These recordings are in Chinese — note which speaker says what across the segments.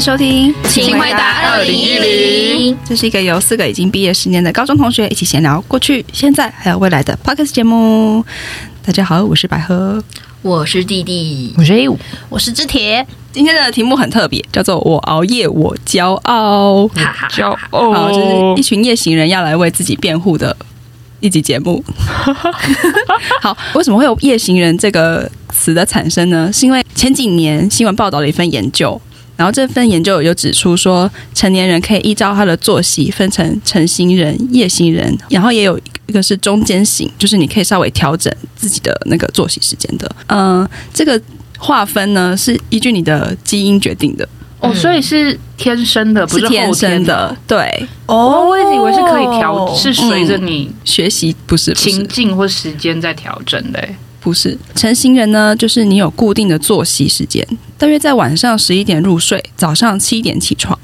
Speaker 1: 收听，
Speaker 2: 请回答2010
Speaker 1: 这是一个由四个已经毕业十年的高中同学一起闲聊过去、现在还有未来的 podcast 节目。大家好，我是百合。
Speaker 2: 我是弟弟，
Speaker 3: 我是 A 五，
Speaker 2: 我是之铁，
Speaker 1: 今天的题目很特别，叫做“我熬夜，我骄傲”。
Speaker 2: 哈哈，
Speaker 3: 骄
Speaker 1: 好，就是
Speaker 3: 傲
Speaker 1: 一，群夜行人要来为自己辩护的一集节 目。 好，为什么会有“夜行人”这个词的产生呢？是因为前几年新闻报道了一份研究，然后这份研究有指出说，成年人可以依照他的作息分成晨行人、夜行人，然后也有一个是中间型，就是你可以稍微调整自己的那个作息时间的。嗯、这个划分呢是依据你的基因决定的，
Speaker 3: 哦，所以是天生的，哦不
Speaker 1: 是
Speaker 3: 后
Speaker 1: 天生
Speaker 3: 天。
Speaker 1: 的。对，
Speaker 3: 哦，我一直以为是可以调，是随着你
Speaker 1: 学习不是不是
Speaker 3: 情境或时间在调整的。欸
Speaker 1: 不是，成型人呢，就是你有固定的作息时间，大约在晚上十一点入睡，早上七点起床。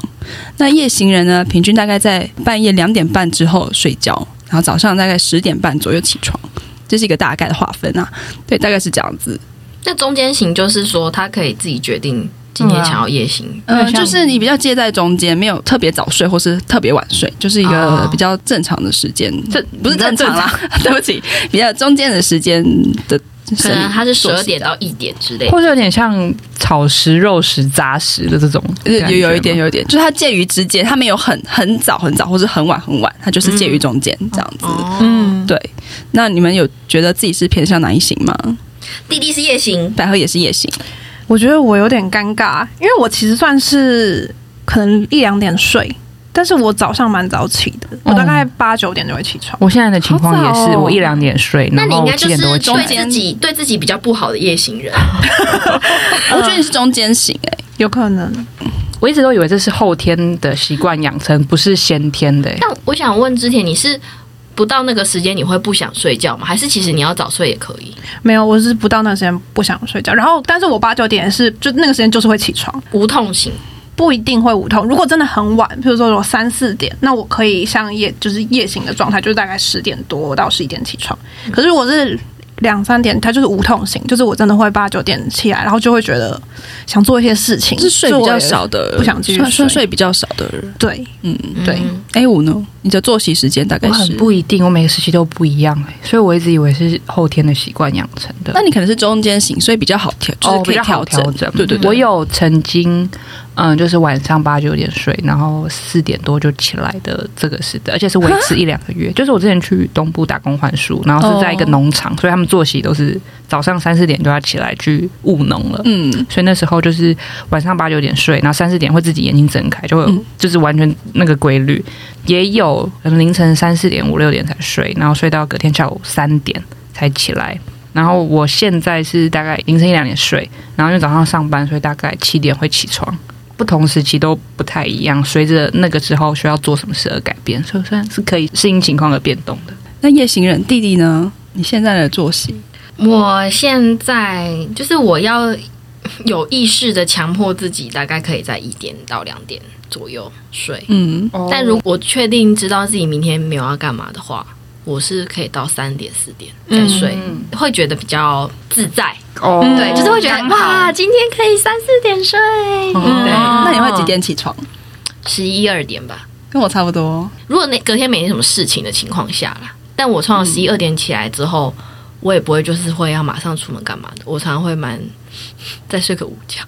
Speaker 1: 那夜行人呢，平均大概在半夜两点半之后睡觉，然后早上大概十点半左右起床，这是一个大概的划分啊。对，大概是这样子。
Speaker 2: 那中间型就是说，他可以自己决定今天想要夜行，
Speaker 1: 嗯、就
Speaker 3: 像
Speaker 1: 是你比较介在中间，没有特别早睡或是特别晚睡，就是一个
Speaker 2: 哦
Speaker 1: 比较正常的时间，
Speaker 3: 这
Speaker 1: 不是正常啦， 对不起，比较中间的时间的生理作息。
Speaker 2: 可能他是十二点到一点之类的。
Speaker 3: 或者有点像草食、肉食、杂食的这种
Speaker 1: 有
Speaker 3: 感觉
Speaker 1: 有有一点，
Speaker 3: 吗，
Speaker 1: 有一点，就是它介于之间，它没有很很早很早，或是很晚很晚，它就是介于中间、这样子。
Speaker 2: 哦，
Speaker 3: 嗯，
Speaker 1: 对，那你们有觉得自己是偏向哪一型吗？
Speaker 2: 弟弟是夜行，
Speaker 1: 百合也是夜型，
Speaker 4: 我觉得我有点尴尬，因为我其实算是可能一两点睡，但是我早上蛮早起的，我大
Speaker 1: 嗯
Speaker 4: 概八九点就会起床。
Speaker 3: 我现在的情况也
Speaker 4: 好
Speaker 3: 是，
Speaker 4: 早哦
Speaker 3: 我一两点睡，
Speaker 2: 那
Speaker 3: 然
Speaker 2: 你
Speaker 3: 后
Speaker 2: 应该
Speaker 3: 我七
Speaker 2: 就
Speaker 3: 点
Speaker 2: 是
Speaker 3: 多
Speaker 2: 对
Speaker 3: 会起来。
Speaker 2: 自己对自己比较不好的夜行人。
Speaker 3: 啊
Speaker 1: 我觉得你是中间型
Speaker 3: 嗯
Speaker 1: 哎、
Speaker 4: 有可能
Speaker 3: 我一直都以为这是后天的习惯养成，不是先天的欸。
Speaker 2: 但我想问之前，你是不到那个时间你会不想睡觉吗？还是其实你要早睡也可以？
Speaker 4: 没有，我是不到那个时间不想睡觉，然后但是我八九点是就那个时间就是会起床，
Speaker 2: 无痛型，不
Speaker 4: 不一定会无痛。如果真的很晚，比如说我三四点，那我可以像夜就是夜行的状态，就是大概十点多到十一点起床。可是如果是两三点，它就是无痛型，就是我真的会八九点起来，然后就会觉得想做一些事情，
Speaker 1: 是睡
Speaker 4: 所以
Speaker 1: 比
Speaker 4: 我
Speaker 1: 较
Speaker 4: 也
Speaker 1: 少的，
Speaker 4: 不想继续
Speaker 1: 算算
Speaker 4: 睡
Speaker 1: 睡比较少的人。
Speaker 4: 对，
Speaker 1: 嗯
Speaker 4: 对
Speaker 2: 嗯
Speaker 1: ，A 五呢？你的作息时间大概
Speaker 3: 我
Speaker 1: 是
Speaker 3: 很？不一定，我每个时期都不一样、欸，所以我一直以为是后天的习惯养成的。
Speaker 1: 那你可能是中间型，所以比较好调，就是
Speaker 3: 哦
Speaker 1: 可
Speaker 3: 比
Speaker 1: 以
Speaker 3: 较好
Speaker 1: 整。
Speaker 3: 调整，
Speaker 1: 对对对，
Speaker 3: 我有曾经，嗯，就是晚上八九点睡，然后四点多就起来的这个是的，而且是维 持一两个月。就是我之前去东部打工换书，然后是在一个
Speaker 1: 哦
Speaker 3: 农场，所以他们作息都是早上三四点就要起来去务农了。
Speaker 1: 嗯，
Speaker 3: 所以那时候就是晚上八九点睡，然后三四点会自己眼睛睁开，就会有、
Speaker 1: 嗯
Speaker 3: 就是完全那个规律。也有可能凌晨三四点、五六点才睡，然后睡到隔天下午三点才起来。然后我现在是大概凌晨一两点睡，然后因为早上上班，所以大概七点会起床。不同时期都不太一样，随着那个时候需要做什么事而改变，所以算是可以适应情况而变动的。
Speaker 1: 那夜行人弟弟呢？你现在的作息？
Speaker 2: 我现在就是我要有意识的强迫自己，大概可以在一点到两点左右睡。
Speaker 1: 嗯，
Speaker 3: 哦
Speaker 2: 但如果我确定知道自己明天没有要干嘛的话，我是可以到三点四点再睡，
Speaker 3: 嗯
Speaker 2: 会觉得比较自在。
Speaker 3: 哦
Speaker 2: 对，就是会觉得哇，今天可以三四点睡，
Speaker 3: 对
Speaker 1: 那你会几点起床？
Speaker 2: 十一二点吧。
Speaker 1: 跟我差不多。
Speaker 2: 如果那隔天没什么事情的情况下啦，但我通常十一
Speaker 3: 嗯
Speaker 2: 二点起来之后，我也不会就是会要马上出门干嘛的，我常常会蛮再睡个午 觉，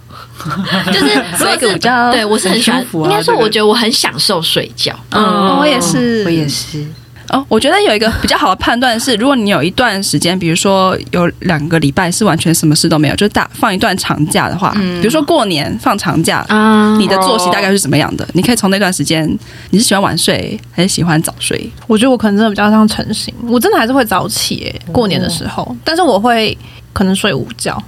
Speaker 2: 就是如果
Speaker 1: 睡个
Speaker 2: 是
Speaker 1: 午觉
Speaker 2: 对我是很喜欢，
Speaker 3: 很舒服啊
Speaker 2: 应该说
Speaker 3: 这个
Speaker 2: 我觉得我很享受睡觉，
Speaker 4: 哦
Speaker 1: 嗯，我也是，
Speaker 3: 我也是，
Speaker 1: 哦，我觉得 有一个比较好的判断是，如果你有一段时间，比如说有两个礼拜是完全什么事都没有，就是大放一段长假的话，比如说过年放长假，
Speaker 2: 啊
Speaker 1: 你的作息大概是怎么样的？你可以从那段时间，你是喜欢晚睡还是喜欢早睡？
Speaker 4: 我觉得我可能真的比较像成型，我真的还是会早起、欸，
Speaker 3: 哦
Speaker 4: 过年的时候，但是我会可能睡午觉，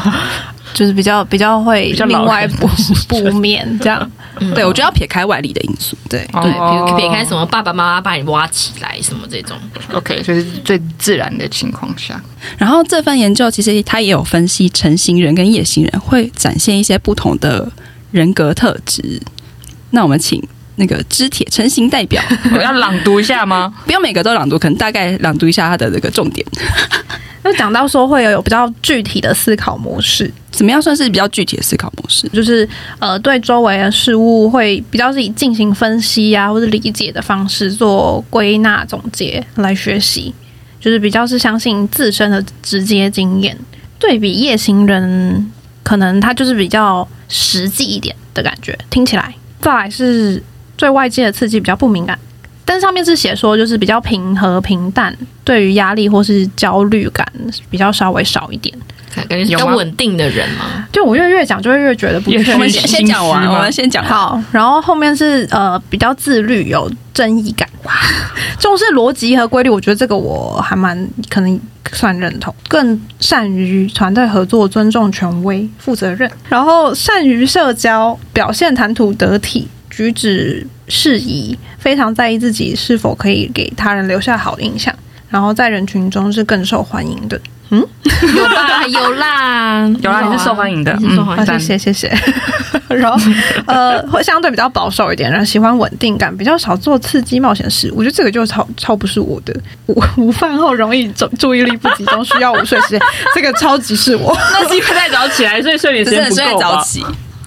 Speaker 4: 就是比较比较会
Speaker 3: 比较
Speaker 4: 另
Speaker 3: 老
Speaker 4: 外
Speaker 3: 人
Speaker 4: 补补眠这样。
Speaker 3: 嗯
Speaker 1: 对我觉得要撇开外力的因素，对，哦
Speaker 2: 对，嗯比如撇开什么爸爸妈妈把你挖起来什么这种，
Speaker 3: OK，所以是最自然的情况 下，
Speaker 1: 然后这份研究其实它也有分析成型人跟夜行人会展现一些不同的人格特质。那我们请那个肢铁成型代 表，
Speaker 3: 我要朗读一下吗？
Speaker 1: 不用每个都朗读，可能大概朗读一下它的这个重点。
Speaker 4: 那讲到说会有比较具体的思考模式，
Speaker 1: 怎么样算是比较具体的思考模 式？
Speaker 4: 就是呃对周围的事物会比较是以进行分析啊，或者理解的方式做归纳总结来学习，就是比较是相信自身的直接经验。对比夜行人，可能他就是比较实际一点的感觉，听起来。再来是对外界的刺激比较不敏感，但上面是写说就是比较平和平淡，对于压力或是焦虑感比较稍微少一点。
Speaker 2: 感感觉是比较
Speaker 3: 有吗
Speaker 2: 稳定的人 嘛。
Speaker 4: 就我越越讲就会越觉得不
Speaker 3: 也
Speaker 4: 确
Speaker 3: 是
Speaker 1: 我
Speaker 4: 定
Speaker 1: 们。先先讲完，我们先讲完。
Speaker 4: 好，然后后面是呃比较自律，有正义感，重视逻辑和规律。我觉得这个我还蛮可能算认同，更善于团队合作，尊重权威，负责任，然后善于社交，表现谈吐得体，举止适宜，非常在意自己是否可以给他人留下好印象，然后在人群中是更受欢迎的。
Speaker 2: 有啦，有啦，
Speaker 3: 有啊啦，你是受欢迎的，嗯
Speaker 2: 你是受欢迎
Speaker 4: 啊，
Speaker 2: 的
Speaker 4: 谢谢谢谢。 然后呃，会相对比较保守一点，然后喜欢稳定感，比较少做刺激冒险事。我觉得这个就超超不是我的。午午饭后容易注注意力不集中，需要午睡时间，这个超级是 我。
Speaker 3: 那是因为太早起来，所以睡眠时
Speaker 1: 真
Speaker 3: 间
Speaker 1: 的
Speaker 3: 不
Speaker 1: 是在
Speaker 3: 够
Speaker 1: 早
Speaker 3: 吧？
Speaker 1: 起，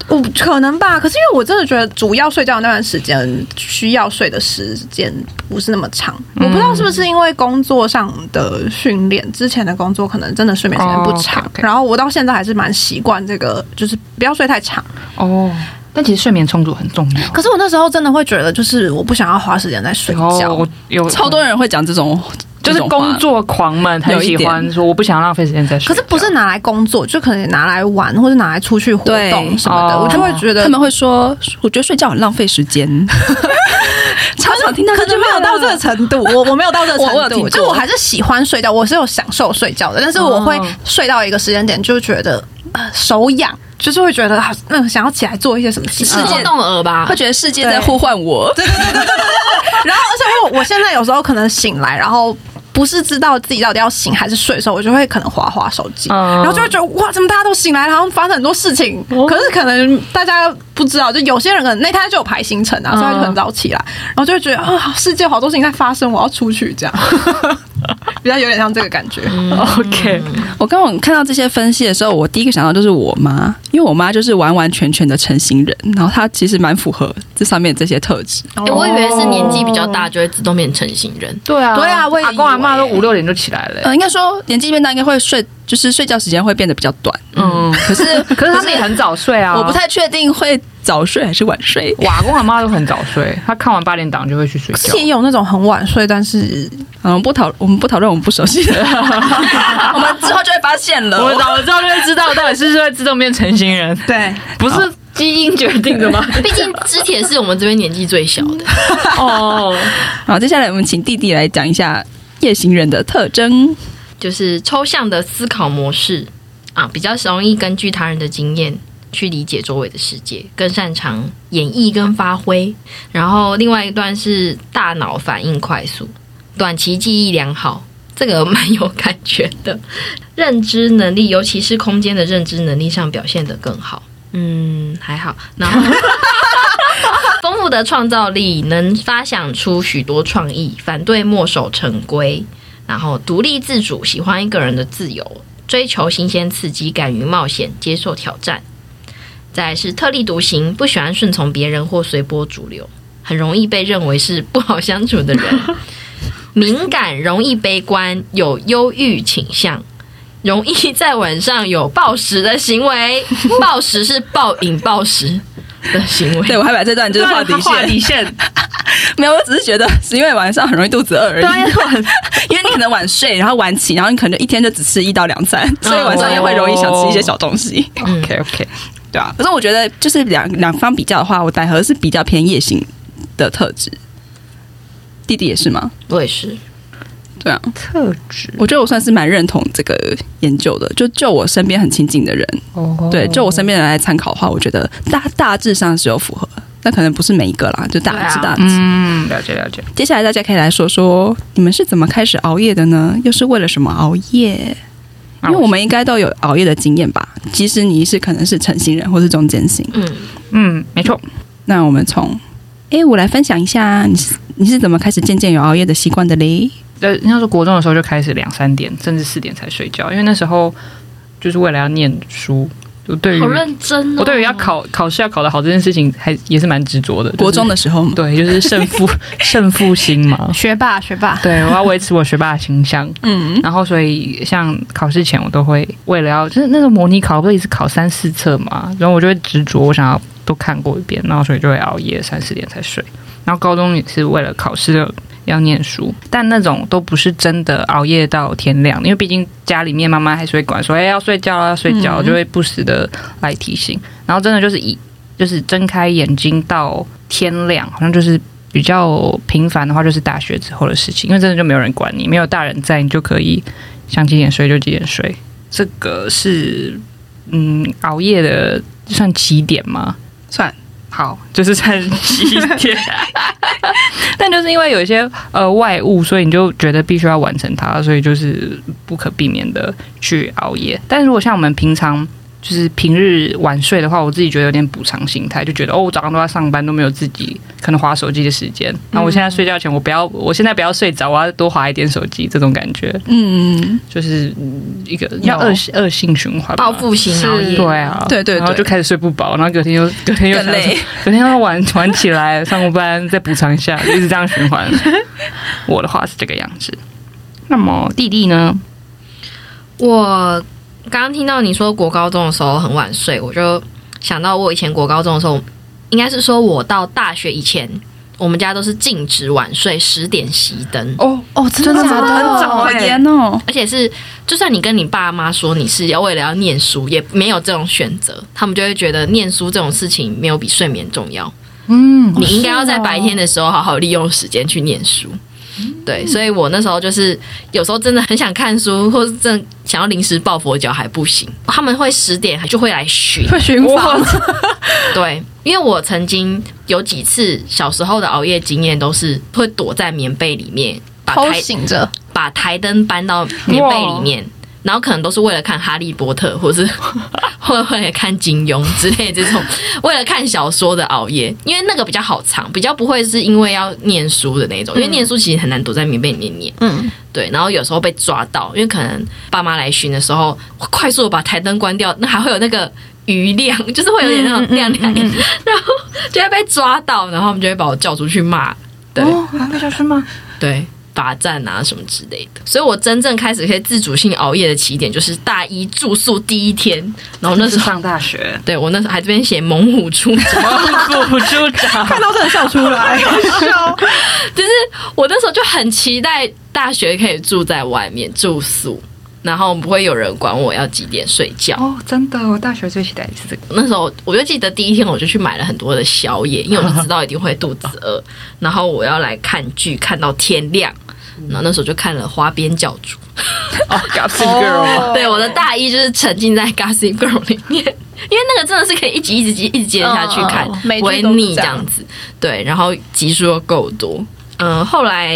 Speaker 4: 我嗯可能吧，可是因为我真的觉得主要睡觉的那段时间需要睡的时间不是那么长，我不知道是不是因为工作上的训练，之前的工作可能真的睡眠时间不
Speaker 3: 哦
Speaker 4: 长，
Speaker 3: ，OK，OK
Speaker 4: 然后我到现在还是蛮习惯这个，就是不要睡太长。
Speaker 3: 哦，但其实睡眠充足很重要。
Speaker 4: 可是我那时候真的会觉得，就是我不想要花时间在睡觉。
Speaker 3: 哦我有
Speaker 1: 超多人会讲这种，
Speaker 3: 就是工作狂们很喜欢说，我不想浪费时间在睡
Speaker 4: 可
Speaker 3: 觉。
Speaker 4: 是不是拿来工作，就可能拿来玩或者拿来出去活动
Speaker 1: 对
Speaker 4: 什么的，
Speaker 3: 哦
Speaker 4: 我就会觉
Speaker 1: 这种话，
Speaker 4: 得
Speaker 1: 他们会说，我觉得睡觉很浪费时间。常常听到
Speaker 4: 可
Speaker 1: 这句
Speaker 4: 是
Speaker 1: 话
Speaker 4: 没有到这个程度，我我没有到这个
Speaker 1: 我我有
Speaker 4: 程
Speaker 1: 听
Speaker 4: 度，
Speaker 1: 过
Speaker 4: 就我还是喜欢睡觉，我是有享受睡觉的，但是我会
Speaker 3: 哦
Speaker 4: 睡到一个时间点就觉得呃手痒，就是会觉得好嗯想要起来做一些什么事
Speaker 2: 是
Speaker 4: 情。
Speaker 2: 过动儿吧
Speaker 1: 会？觉得世界在呼唤我。
Speaker 4: 然后，而且因为我我现在有时候可能醒来，然后不是知道自己到底要醒还是睡的时候，我就会可能划划手机，
Speaker 3: 嗯
Speaker 4: 然后就会觉得哇，怎么大家都醒来了，好像发生很多事情。可是可能大家不知道，就有些人可能那天就有排行程
Speaker 1: 嗯
Speaker 4: 啊，所以他就很早起来，然后就会觉得啊，世界有好多事情在发生，我要出去 这样，比较有点像这个感觉。
Speaker 1: 嗯
Speaker 3: 嗯 OK，
Speaker 1: 我刚刚看到这些分析的时候，我第一个想到就是我妈，因为我妈就是完完全全的成型人，然后她其实蛮符合这上面这些特质。
Speaker 2: 诶欸我以为
Speaker 3: 哦
Speaker 2: 是年纪比较大就会自动变成型人，
Speaker 3: 对啊，
Speaker 4: 对啊我也以为
Speaker 3: 阿公阿妈都五六点就起来了。
Speaker 1: 呃，应该说年纪变大，应该会睡，就是睡觉时间会变得比较短。
Speaker 3: 嗯，
Speaker 1: 可是
Speaker 3: 可是他们也很早睡啊。
Speaker 1: 我不太确定会早睡还是晚睡。
Speaker 3: 我阿公阿妈都很早睡，他看完八点档就会去睡
Speaker 4: 之
Speaker 3: 觉。
Speaker 4: 前有那种很晚睡，但是
Speaker 1: 嗯，我们不讨，我们不讨论我们不熟悉的， 我们之后就会发现了。
Speaker 3: 我早知道就会知道到底是不是会自动变成型人，
Speaker 4: 对
Speaker 3: 不是基因决定的 吗？
Speaker 2: 毕竟之前是我们这边年纪最小的。
Speaker 3: 哦，
Speaker 1: 好，接下来我们请弟弟来讲一下夜行人的特征。
Speaker 2: 就是抽象的思考模式啊，比较容易根据他人的经验去理解周围的世界，更擅长演绎跟发挥。然后另外一段是大脑反应快速，短期记忆良好，这个蛮有感觉的。认知能力，尤其是空间的认知能力上表现得更好。嗯，还好。然后丰富的创造力，能发想出许多创意，反对墨守成规。然后独立自主，喜欢一个人的自由，追求新鲜刺激，敢于冒险，接受挑战。再来是特立独行，不喜欢顺从别人或随波逐流，很容易被认为是不好相处的人。敏感，容易悲观，有忧郁倾向，容易在晚上有暴食的行为。暴食是暴饮暴食的行为。
Speaker 1: 对，我还把这段就是画底
Speaker 3: 画
Speaker 1: 线，
Speaker 3: 底线，
Speaker 1: 没有，我只是觉得是因为晚上很容易肚子饿而
Speaker 3: 啊
Speaker 1: 已。 因为你可能晚睡，然后晚起，然后你可能一天就只吃一到两餐，所以晚上也会容易想吃一些小东西。
Speaker 3: OK OK，
Speaker 1: 对啊，可是我觉得就是两两方比较的话，我百合是比较偏夜行的特质，弟弟也是吗？
Speaker 2: 我也是，
Speaker 1: 对啊，
Speaker 3: 特质
Speaker 1: 我觉得我算是蛮认同这个研究的。就就我身边很亲近的人，
Speaker 3: 哦
Speaker 1: 对，就我身边的人来参考的话，我觉得大大致上是有符合，但可能不是每一个啦，就大致
Speaker 2: 对
Speaker 1: 大
Speaker 2: 啊
Speaker 1: 致。
Speaker 3: 嗯，了解了解。
Speaker 1: 接下来大家可以来说说你们是怎么开始熬夜的呢？又是为了什么熬夜？
Speaker 3: 啊
Speaker 1: 因为我们应该都有熬夜的经验吧，即使你是可能是成型人或是中间型。
Speaker 2: 嗯，
Speaker 3: 嗯，没错，
Speaker 1: 那我们从，诶，我来分享一下你是你是怎么开始渐渐有熬夜的习惯的嘞？
Speaker 3: 呃，应该说国中的时候就开始两三点甚至四点才睡觉，因为那时候就是为了要念书，就对于
Speaker 2: 好认真哦。
Speaker 3: 我对于要考考试要考得好这件事情还也是蛮执着的。就是
Speaker 1: 国中的时候嘛，
Speaker 3: 对，就是胜负胜负心嘛，
Speaker 4: 学霸，学霸，
Speaker 3: 对，我要维持我学霸的形象。
Speaker 1: 嗯，
Speaker 3: 然后，所以像考试前，我都会为了要就是那个模拟考，不是一次考三四册嘛，然后我就会执着，我想要都看过一遍，然后所以就会熬夜三四点才睡。然后高中也是为了考试要念书，但那种都不是真的熬夜到天亮，因为毕竟家里面妈妈还是会管说，哎、要睡觉了，要睡觉了，就会不时的来提醒。然后真的就是一就是睁开眼睛到天亮，好像就是比较频繁的话，就是大学之后的事情，因为真的就没有人管你，没有大人在，你就可以想几点睡就几点睡。这个是嗯，熬夜的算起点吗？
Speaker 1: 算
Speaker 3: 好，就是算起点。 但就是因为有一些呃外物，所以你就觉得必须要完成它，所以就是不可避免的去熬夜。但如果像我们平常就是平日晚睡的话，我自己觉得有点补偿心态，就觉得哦，我早上都在上班，都没有自己可能划手机的时间。那我现在睡觉前，我不要，我现在不要睡着，我要多划一点手机，这种感觉
Speaker 1: 嗯，
Speaker 3: 就是嗯一个要恶性恶性循环吧，
Speaker 2: 报复型熬夜，
Speaker 3: 对啊，
Speaker 1: 对对
Speaker 3: 然后
Speaker 1: 对
Speaker 3: 就开始睡不饱，然后隔天又隔天又
Speaker 1: 更累，
Speaker 3: 隔天又玩玩起来，上个班再补偿一下，就一直这样循环。我的话是这个样子。那么弟弟呢？
Speaker 2: 我刚刚听到你说国高中的时候很晚睡，我就想到我以前国高中的时候，应该是说我到大学以前，我们家都是禁止晚睡，十点熄灯。
Speaker 1: 哦哦，真
Speaker 3: 真的
Speaker 1: 假
Speaker 3: 吗很早
Speaker 1: 好
Speaker 3: 欸
Speaker 1: 严哦，
Speaker 2: 而且是，就算你跟你爸妈说你是要为了要念书，也没有这种选择，他们就会觉得念书这种事情没有比睡眠重要。
Speaker 3: 嗯，
Speaker 2: 你应该要在白天的时候好好利用时间去念书。对，所以我那时候就是有时候真的很想看书，或是真的想要临时抱佛脚还不行，他们会十点就会来巡。
Speaker 4: 会寻访，
Speaker 2: 对，因为我曾经有几次小时候的熬夜经验，都是会躲在棉被里面，把
Speaker 4: 偷
Speaker 2: 台
Speaker 4: 醒着，
Speaker 2: 把台灯搬到棉被里面，然后可能都是为了看《哈利波特》，或是或者为了看金庸之类这种，为了看小说的熬夜，因为那个比较好藏，比较不会是因为要念书的那种，因为念书其实很难躲在棉被里面念。
Speaker 4: 嗯，
Speaker 2: 对，然后有时候被抓到，因为可能爸妈来巡的时候，快速地把台灯关掉，那还会有那个余亮，就是会有点那种亮亮，然后就会被抓到，然后他们就会把我叫出去骂，对
Speaker 3: 哦，还会消失吗？
Speaker 2: 对，罚站啊什么之类的。所以我真正开始可以自主性熬夜的起点，就是大一住宿第一天，然后那 时候。，
Speaker 3: 上大学
Speaker 2: 对我那时候还这边写猛虎出闸，
Speaker 3: 副处长，
Speaker 4: 看到真的笑出来，笑，
Speaker 2: 就是 我那时候就很期待大学可以住在外面住宿，然后不会有人管我要几点睡觉。
Speaker 3: 哦，真的，我大学最期待的是 这个。
Speaker 2: 那时候我就记得第一天我就去买了很多的宵夜，因为我就知道一定会肚子饿，然后我要来看剧，看到天亮。然后那时候就看了《花边教主》，
Speaker 3: 哦，Gossip Girl，
Speaker 2: 对，我的大一就是沉浸在 Gossip Girl 里面，因为那个真的是可以一集一集一直接下去看
Speaker 4: 嗯嗯嗯，每
Speaker 2: 不
Speaker 4: 季
Speaker 2: 会
Speaker 4: 都是
Speaker 2: 腻
Speaker 4: 这
Speaker 2: 这
Speaker 4: 样
Speaker 2: 样子。对，然后集数又够多。嗯，后来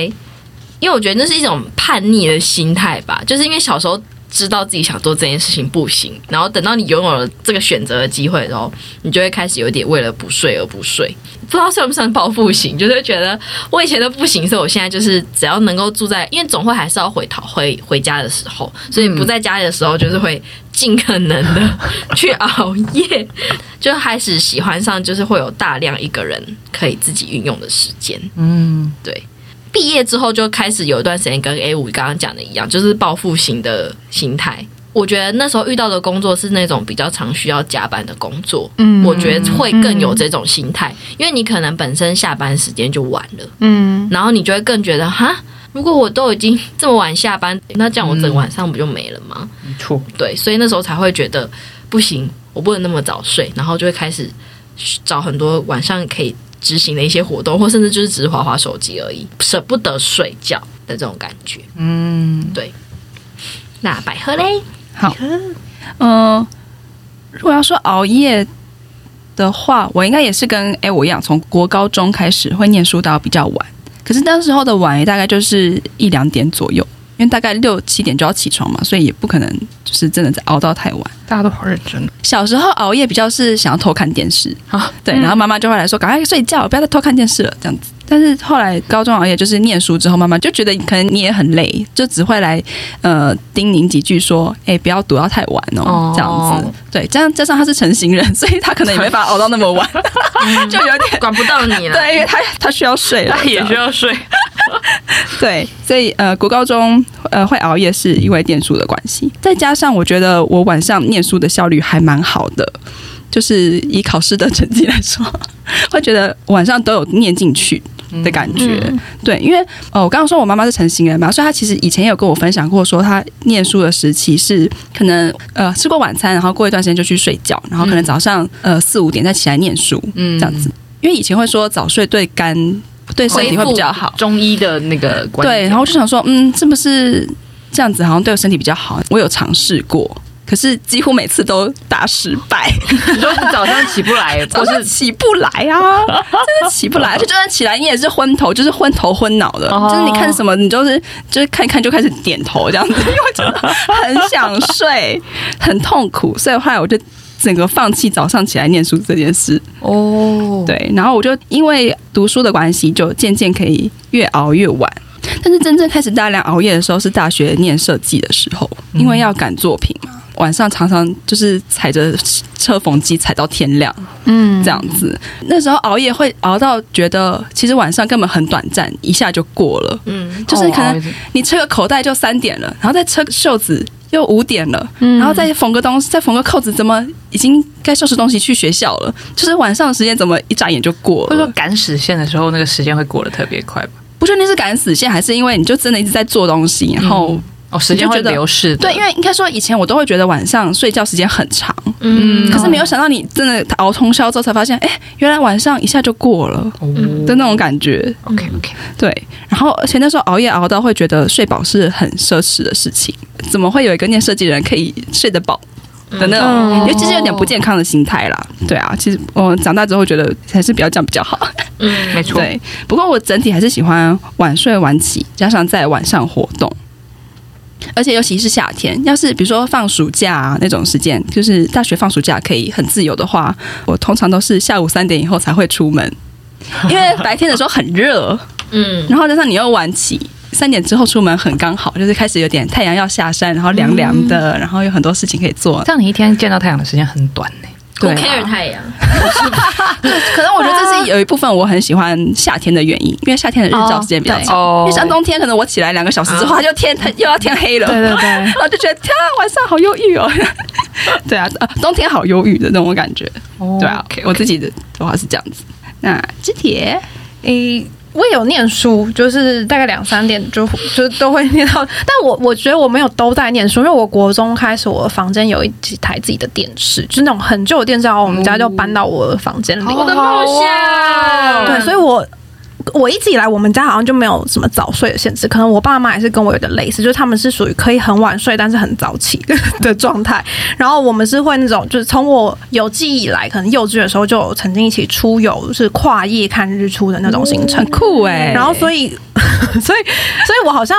Speaker 2: 因为我觉得那是一种叛逆的心态吧，就是因为小时候知道自己想做这件事情不行，然后等到你拥有了这个选择的机会的时候，你就会开始有点为了不睡而不睡。不知道算不算报复型，就是会觉得我以前都不行，所以我现在就是只要能够住在，因为总会还是要回逃回回家的时候，所以不在家里的时候就是会尽可能的去熬夜， 就开始喜欢上就是会有大量一个人可以自己运用的时间。
Speaker 3: 嗯，
Speaker 2: 毕业之后就开始有一段时间跟 A 五刚刚讲的一样，就是报复型的心态。我觉得那时候遇到的工作是那种比较常需要加班的工作，
Speaker 4: 嗯
Speaker 2: 我觉得会更有这种心态，因为你可能本身下班时间就晚了，
Speaker 4: 嗯，
Speaker 2: 然后你就会更觉得哈，如果我都已经这么晚下班，那这样我整个晚上不就没了吗？
Speaker 3: 没错，
Speaker 2: 对，所以那时候才会觉得不行，我不能那么早睡，然后就会开始找很多晚上可以执行的一些活动，或甚至就是只是滑滑手机而已，舍不得睡觉的这种感觉。
Speaker 3: 嗯，
Speaker 2: 那百合嘞，
Speaker 1: 嗯，如果要说熬夜的话，我应该也是跟哎我一样，从国高中开始会念书到比较晚。可是那时候的晚也大概就是一两点左右，因为大概六七点就要起床嘛，所以也不可能就是真的熬到太晚。
Speaker 3: 大家都好认真。
Speaker 1: 小时候熬夜比较是想要偷看电视
Speaker 3: 啊
Speaker 1: 对，然后妈妈就会来说：“赶快睡觉，不要再偷看电视了。”这样子，但是后来高中熬夜就是念书之后，慢慢就觉得可能你也很累，就只会来呃叮咛几句说，哎、不要读到太晚哦，
Speaker 3: 哦
Speaker 1: 这样子。对，加上加上他是成型人，所以他可能也没法熬到那么晚，
Speaker 3: 啊
Speaker 1: 就有点
Speaker 2: 管不到你了。
Speaker 1: 对，因为他他需要睡 了，
Speaker 3: 他也需
Speaker 1: 这样
Speaker 3: 要睡。
Speaker 1: 对，所以呃，国高中呃会熬夜是因为念书的关系，再加上我觉得我晚上念书的效率还蛮好的，就是以考试的成绩来说， 会觉得晚上都有念进去的感觉。
Speaker 2: 嗯
Speaker 1: 对，因为呃，我刚刚说我妈妈是成型人嘛，所以她其实以前也有跟我分享过，说她念书的时期是可能呃吃过晚餐，然后过一段时间就去睡觉，然后可能早上呃四五点再起来念书
Speaker 3: 嗯
Speaker 1: 这样子。因为以前会说早睡对肝对身体会比较好，
Speaker 3: 中医的那个观
Speaker 1: 对，
Speaker 3: 点
Speaker 1: 然后我就想说，嗯，是不是这样子好像对我身体比较好？我有尝试过，可是几乎每次都大失 败，
Speaker 3: 你说 早上起不来，
Speaker 1: 我
Speaker 3: 不
Speaker 1: 是
Speaker 3: 是
Speaker 1: 起不来 啊，真的起不来，而且就算起来，你也是昏头，就是昏头昏脑的，
Speaker 3: 哦
Speaker 1: 就是你看什么，你就是就是看一看就开始点头这样子，因为我真的很想睡，很痛苦，所以后来我就整个放弃早上起来念书这件事。
Speaker 3: 哦，
Speaker 1: 对，然后我就因为读书的关系，就渐渐可以越熬越晚。但是真正开始大量熬夜的时候，是大学念设计的时候，因为要赶作品嘛，晚上常常就是踩着车缝机踩到天亮
Speaker 4: 嗯
Speaker 1: 这样子。那时候熬夜会熬到觉得，其实晚上根本很短暂，一下就过了。
Speaker 2: 嗯，
Speaker 1: 就是可能
Speaker 3: 哦
Speaker 1: 你车个口袋就三点了，然后再车个袖子又五点了，
Speaker 4: 嗯
Speaker 1: 然后再缝个东西，再缝个扣子，怎么已经该收拾东西去学校了？就是晚上的时间怎么一眨眼就过
Speaker 3: 会说
Speaker 1: 了？
Speaker 3: 赶时线的时候，那个时间会过得特别快吧？
Speaker 1: 不确定是赶死线，还是因为你就真的一直在做东西，然后、
Speaker 3: 哦，时间会流逝的，
Speaker 1: 对，因为应该说以前我都会觉得晚上睡觉时间很长，
Speaker 2: 嗯，
Speaker 1: 可是没有想到你真的熬通宵之后才发现，哎、原来晚上一下就过了
Speaker 3: 哦
Speaker 1: 的那种感觉。
Speaker 3: OK OK，
Speaker 1: 对，然后而且那时候熬夜熬到会觉得睡饱是很奢侈的事情，怎么会有一个念设计的人可以睡得饱的那
Speaker 3: 嗯
Speaker 1: 种？尤其是有点不健康的心态啦。对啊，其实我长大之后觉得还是不要这样比较好。
Speaker 2: 嗯，
Speaker 3: 没错，
Speaker 1: 对，不过我整体还是喜欢晚睡晚起，加上在晚上活动。而且尤其是夏天，要是比如说放暑假、啊、那种时间，就是大学放暑假可以很自由的话，我通常都是下午三点以后才会出门，因为白天的时候很热，
Speaker 2: 嗯，
Speaker 1: 然后加上你又晚起，三点之后出门很刚好，就是开始有点太阳要下山，然后凉凉的，
Speaker 4: 嗯
Speaker 1: 然后有很多事情可以做。
Speaker 3: 这样你一天见到太阳的时间很短呢。
Speaker 2: 不
Speaker 1: 对啊
Speaker 2: care 太阳，
Speaker 1: 可能我觉得
Speaker 4: 啊
Speaker 1: 这是有一部分我很喜欢夏天的原因，因为夏天的日照时间比较长。
Speaker 3: 哦
Speaker 1: 因为像冬天，可能我起来两个小时之后，它就天它又要天黑了，
Speaker 4: 哦对对，
Speaker 1: 然后就觉得天啊，晚上好忧郁哦。 对啊，呃冬天好忧郁的那种感觉。
Speaker 3: 哦
Speaker 1: 对啊
Speaker 3: OK，
Speaker 1: 我自己的的话是这样子。那之铁
Speaker 4: 诶、我也有念书，就是大概两三点就就都会念到， 但我我觉得我没有都在念书，因为我国中开始，我的房间有一几台自己的电视，就是那种很旧的电视，然后我们家就搬到我的房间里。
Speaker 3: 哦
Speaker 2: 我的梦想。
Speaker 4: 对，所以我我一直以来我们家好像就没有什么早睡的限制，可能我爸妈也是跟我有点类似，就是他们是属于可以很晚睡，但是很早起 的状态。然后我们是会那种，就是从我有记忆以来，可能幼稚的时候就有曾经一起出游，就是跨夜看日出的那种行程
Speaker 1: 很。酷哎、
Speaker 4: 然后所以， 所以，所以我好像。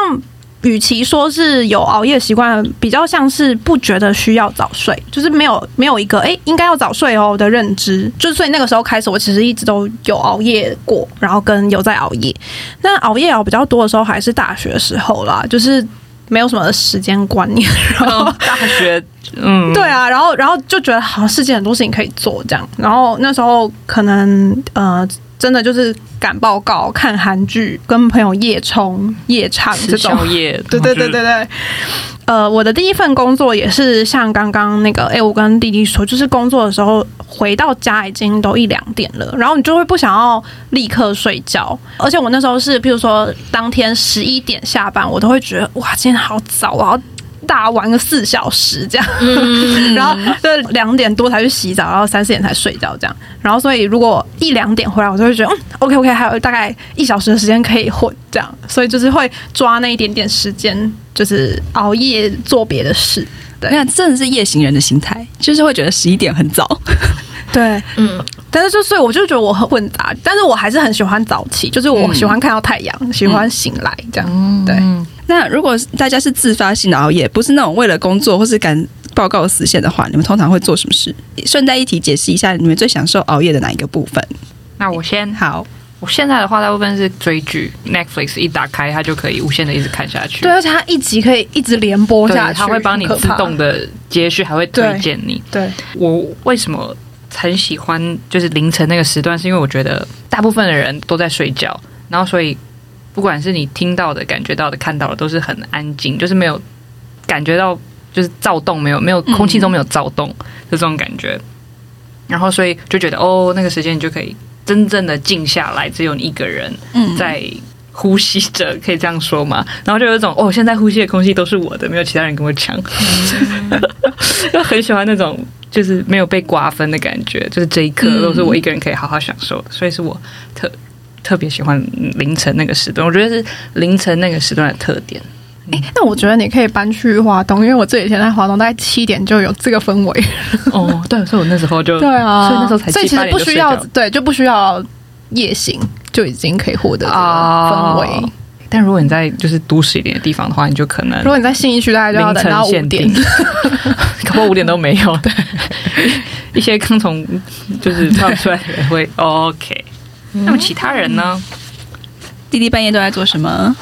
Speaker 4: 与其说是有熬夜习惯，比较像是不觉得需要早睡，就是没有没有一个诶应该要早睡哦的认知。就所以那个时候开始，我其实一直都有熬夜过，然后跟有在熬夜。那熬夜熬比较多的时候还是大学的时候啦，就是没有什么时间观念， 然后
Speaker 3: 大学，嗯，
Speaker 4: 对啊，然后然后就觉得好像世界很多事情可以做这样，然后那时候可能呃真的就是赶报告、看韩剧、跟朋友夜冲、夜唱这
Speaker 3: 吃
Speaker 4: 种，
Speaker 3: 宵夜，
Speaker 4: 对对对对对。呃，我的第一份工作也是像刚刚那个，哎、我跟弟弟说，就是工作的时候回到家已经都一两点了，然后你就会不想要立刻睡觉，而且我那时候是，譬如说当天十一点下班，我都会觉得哇，今天好早，我要大玩个四小时这样，
Speaker 3: 嗯
Speaker 4: 然后就两点多才去洗澡，然后三四点才睡觉这样，然后所以如果一两点回来，我就会觉得嗯，OK OK，还有大概一小时的时间可以混这样，所以就是会抓那一点点时间，就是熬夜做别的事。
Speaker 1: 我想真的是夜行人的心态，就是会觉得十一点很早。
Speaker 4: 对，
Speaker 2: 嗯，
Speaker 4: 但是就所以我就觉得我很混杂，但是我还是很喜欢早
Speaker 3: 嗯
Speaker 4: 起，就是我喜欢看到太阳，喜欢醒来这样。对，
Speaker 1: 那如果大家是自发性的熬夜，不是那种为了工作或是赶报告死线的话，你们通常会做什么事？顺带一提解释一下，你们最享受熬夜的哪一个部分？
Speaker 3: 那我先
Speaker 1: 好，
Speaker 3: 我现在的话，大部分是追剧，Netflix 一打开，它就可以无限的一直看下去。
Speaker 4: 对，而且它一集可以一直连播
Speaker 3: 对，
Speaker 4: 下去，
Speaker 3: 它会帮你
Speaker 4: 很可
Speaker 3: 自
Speaker 4: 怕
Speaker 3: 动的接续，还会推
Speaker 4: 对
Speaker 3: 荐你。
Speaker 4: 对，
Speaker 3: 我为什么很喜欢就是凌晨那个时段，是因为我觉得大部分的人都在睡觉，然后所以不管是你听到的、感觉到的、看到的，都是很安静，就是没有感觉到就是躁动，没有没有空气中没有躁动的这种感觉。然后所以就觉得哦，那个时间你就可以真正的静下来，只有你一个人
Speaker 4: 嗯
Speaker 3: 在。呼吸着，可以这样说吗？然后就有一种哦，现在呼吸的空气都是我的，没有其他人跟我抢。 就很喜欢那种就是没有被瓜分的感觉，就是这一刻都是我一个人可以好好享受的，所以是我特特别喜欢凌晨那个时段，我觉得是凌晨那个时段的特点。
Speaker 4: 哎、那我觉得你可以搬去华东，因为我这几天在华东，大概七点就有这个氛 围。
Speaker 3: 哦，对，所以我那时候就
Speaker 4: 对啊，
Speaker 3: 所以那时候才
Speaker 4: 所以
Speaker 3: 七
Speaker 4: 其
Speaker 3: 八
Speaker 4: 实
Speaker 3: 点
Speaker 4: 不
Speaker 3: 就睡
Speaker 4: 需
Speaker 3: 觉
Speaker 4: 要
Speaker 3: 了
Speaker 4: 对，就不需要夜行，就已经可以获得这个氛围。
Speaker 3: 哦但如果你在就是都市一点的地方的话，你就可能
Speaker 4: 如果你在信义区，大概就要
Speaker 3: 凌
Speaker 4: 等
Speaker 3: 晨
Speaker 4: 到五
Speaker 3: 限
Speaker 4: 点
Speaker 3: 定。，可不好五点都没有。对， 一些刚从就是跳出来的人会 OK。那么其他人呢？
Speaker 1: 弟弟半夜都在做什么？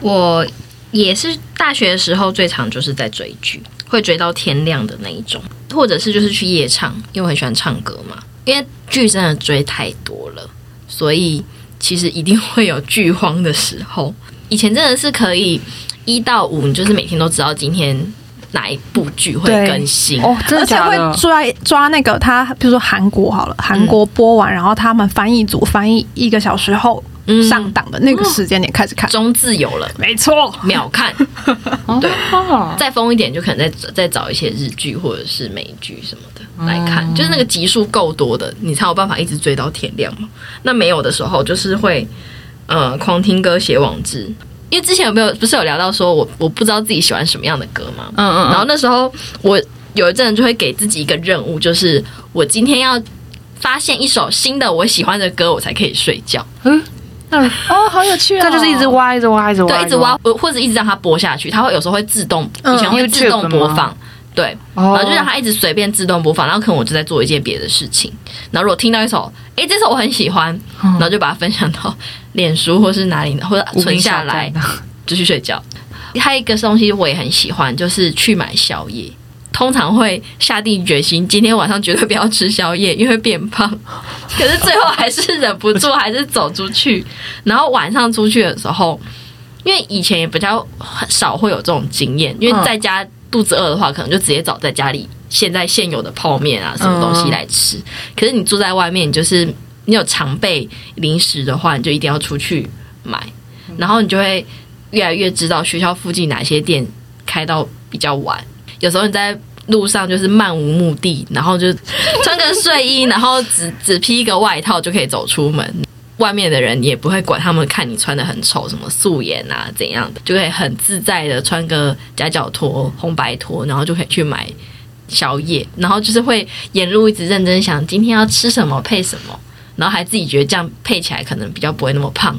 Speaker 2: 我也是大学的时候最常就是在追剧，会追到天亮的那一种，或者是就是去夜唱，因为我很喜欢唱歌嘛。因为剧真的追太多了，所以其实一定会有剧荒的时候。以前真的是可以一到五，你就是每天都知道今天哪一部剧会
Speaker 4: 对
Speaker 2: 更新，
Speaker 3: 哦，真
Speaker 4: 而
Speaker 3: 的
Speaker 4: 且
Speaker 3: 假
Speaker 4: 会
Speaker 3: 的？
Speaker 4: 抓抓那个他，比如说韩国好了，韩国播完，然后他们翻译组翻译一个小时后
Speaker 2: 嗯
Speaker 4: 上档的那个时间点开始看，
Speaker 3: 嗯
Speaker 2: 中字有了
Speaker 4: 没错，
Speaker 2: 秒看，对
Speaker 3: 哦，
Speaker 2: 再疯一点，就可能再再找一些日剧或者是美剧什么的来看，
Speaker 3: 哦
Speaker 2: 就是那个集数够多的，你才有办法一直追到天亮嘛。那没有的时候，就是会呃狂听歌写网志，因为之前有没有不是有聊到说我我不知道自己喜欢什么样的歌吗？
Speaker 3: 嗯嗯，
Speaker 2: 然后那时候我有一阵子就会给自己一个任务，就是我今天要发现一首新的我喜欢的歌，我才可以睡觉。
Speaker 4: 哦，好有趣啊、
Speaker 3: 他就是一直挖，一直挖，一直挖，
Speaker 2: 对，一直挖，呃或者一直让它播下去，它会有时候会自动，
Speaker 4: 嗯
Speaker 2: 以前会自
Speaker 3: YouTube
Speaker 2: 动播放，对。
Speaker 3: 哦，
Speaker 2: 然后就让它一直随便自动播放，然后可能我就在做一件别的事情，然后如果听到一首，诶，这首我很喜欢，
Speaker 3: 嗯
Speaker 2: 然后就把它分享到脸书或是哪里，或者
Speaker 3: 无名
Speaker 2: 存下
Speaker 3: 小
Speaker 2: 来
Speaker 3: 站，
Speaker 2: 就去睡觉。还有一个东西我也很喜欢，就是去买宵夜。通常会下定决心，今天晚上绝对不要吃宵夜，因为变胖。可是最后还是忍不住，还是走出去。然后晚上出去的时候，因为以前也比较少会有这种经验，因为在家肚子饿的话，可能就直接找在家里现在现有的泡面啊什么东西来吃。可是你住在外面，你就是你有常备零食的话，你就一定要出去买，然后你就会越来越知道学校附近哪些店开到比较晚。有时候你在路上就是漫无目的，然后就穿个睡衣，然后只只披一个外套就可以走出门。外面的人也不会管他们看你穿的很丑，什么素颜啊怎样的，就可以很自在的穿个夹脚拖、红白拖，然后就可以去买宵夜，然后就是会沿路一直认真想今天要吃什么配什么，然后还自己觉得这样配起来可能比较不会那么胖，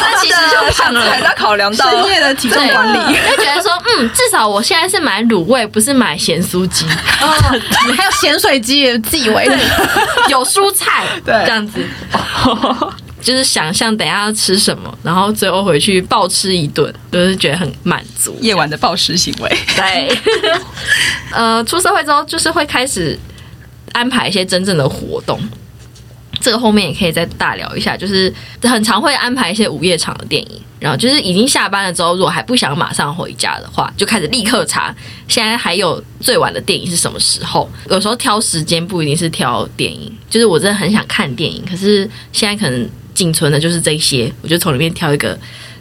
Speaker 2: 但其实就胖了。
Speaker 1: 要考量
Speaker 4: 深夜的体重
Speaker 2: 对
Speaker 4: 管 理。
Speaker 2: 就觉得说，嗯，至少我现在是买卤味，不是买咸酥鸡，
Speaker 4: 还有咸水鸡也自以为
Speaker 2: 有蔬菜，
Speaker 4: 对
Speaker 2: 这样子， 就是想象等一下要吃什么，然后最后回去暴吃一顿，就是觉得很满足。
Speaker 1: 夜晚的暴食行为，
Speaker 2: 对，呃，出社会之后就是会开始安排一些真正的活动。这个后面也可以再大聊一下，就是很常会安排一些午夜场的电影，然后就是已经下班了之后，如果还不想马上回家的话，就开始立刻查现在还有最晚的电影是什么时候。有时候挑时间不一定是挑电影，就是我真的很想看电影，可是现在可能仅存的就是这些，我就从里面挑一个，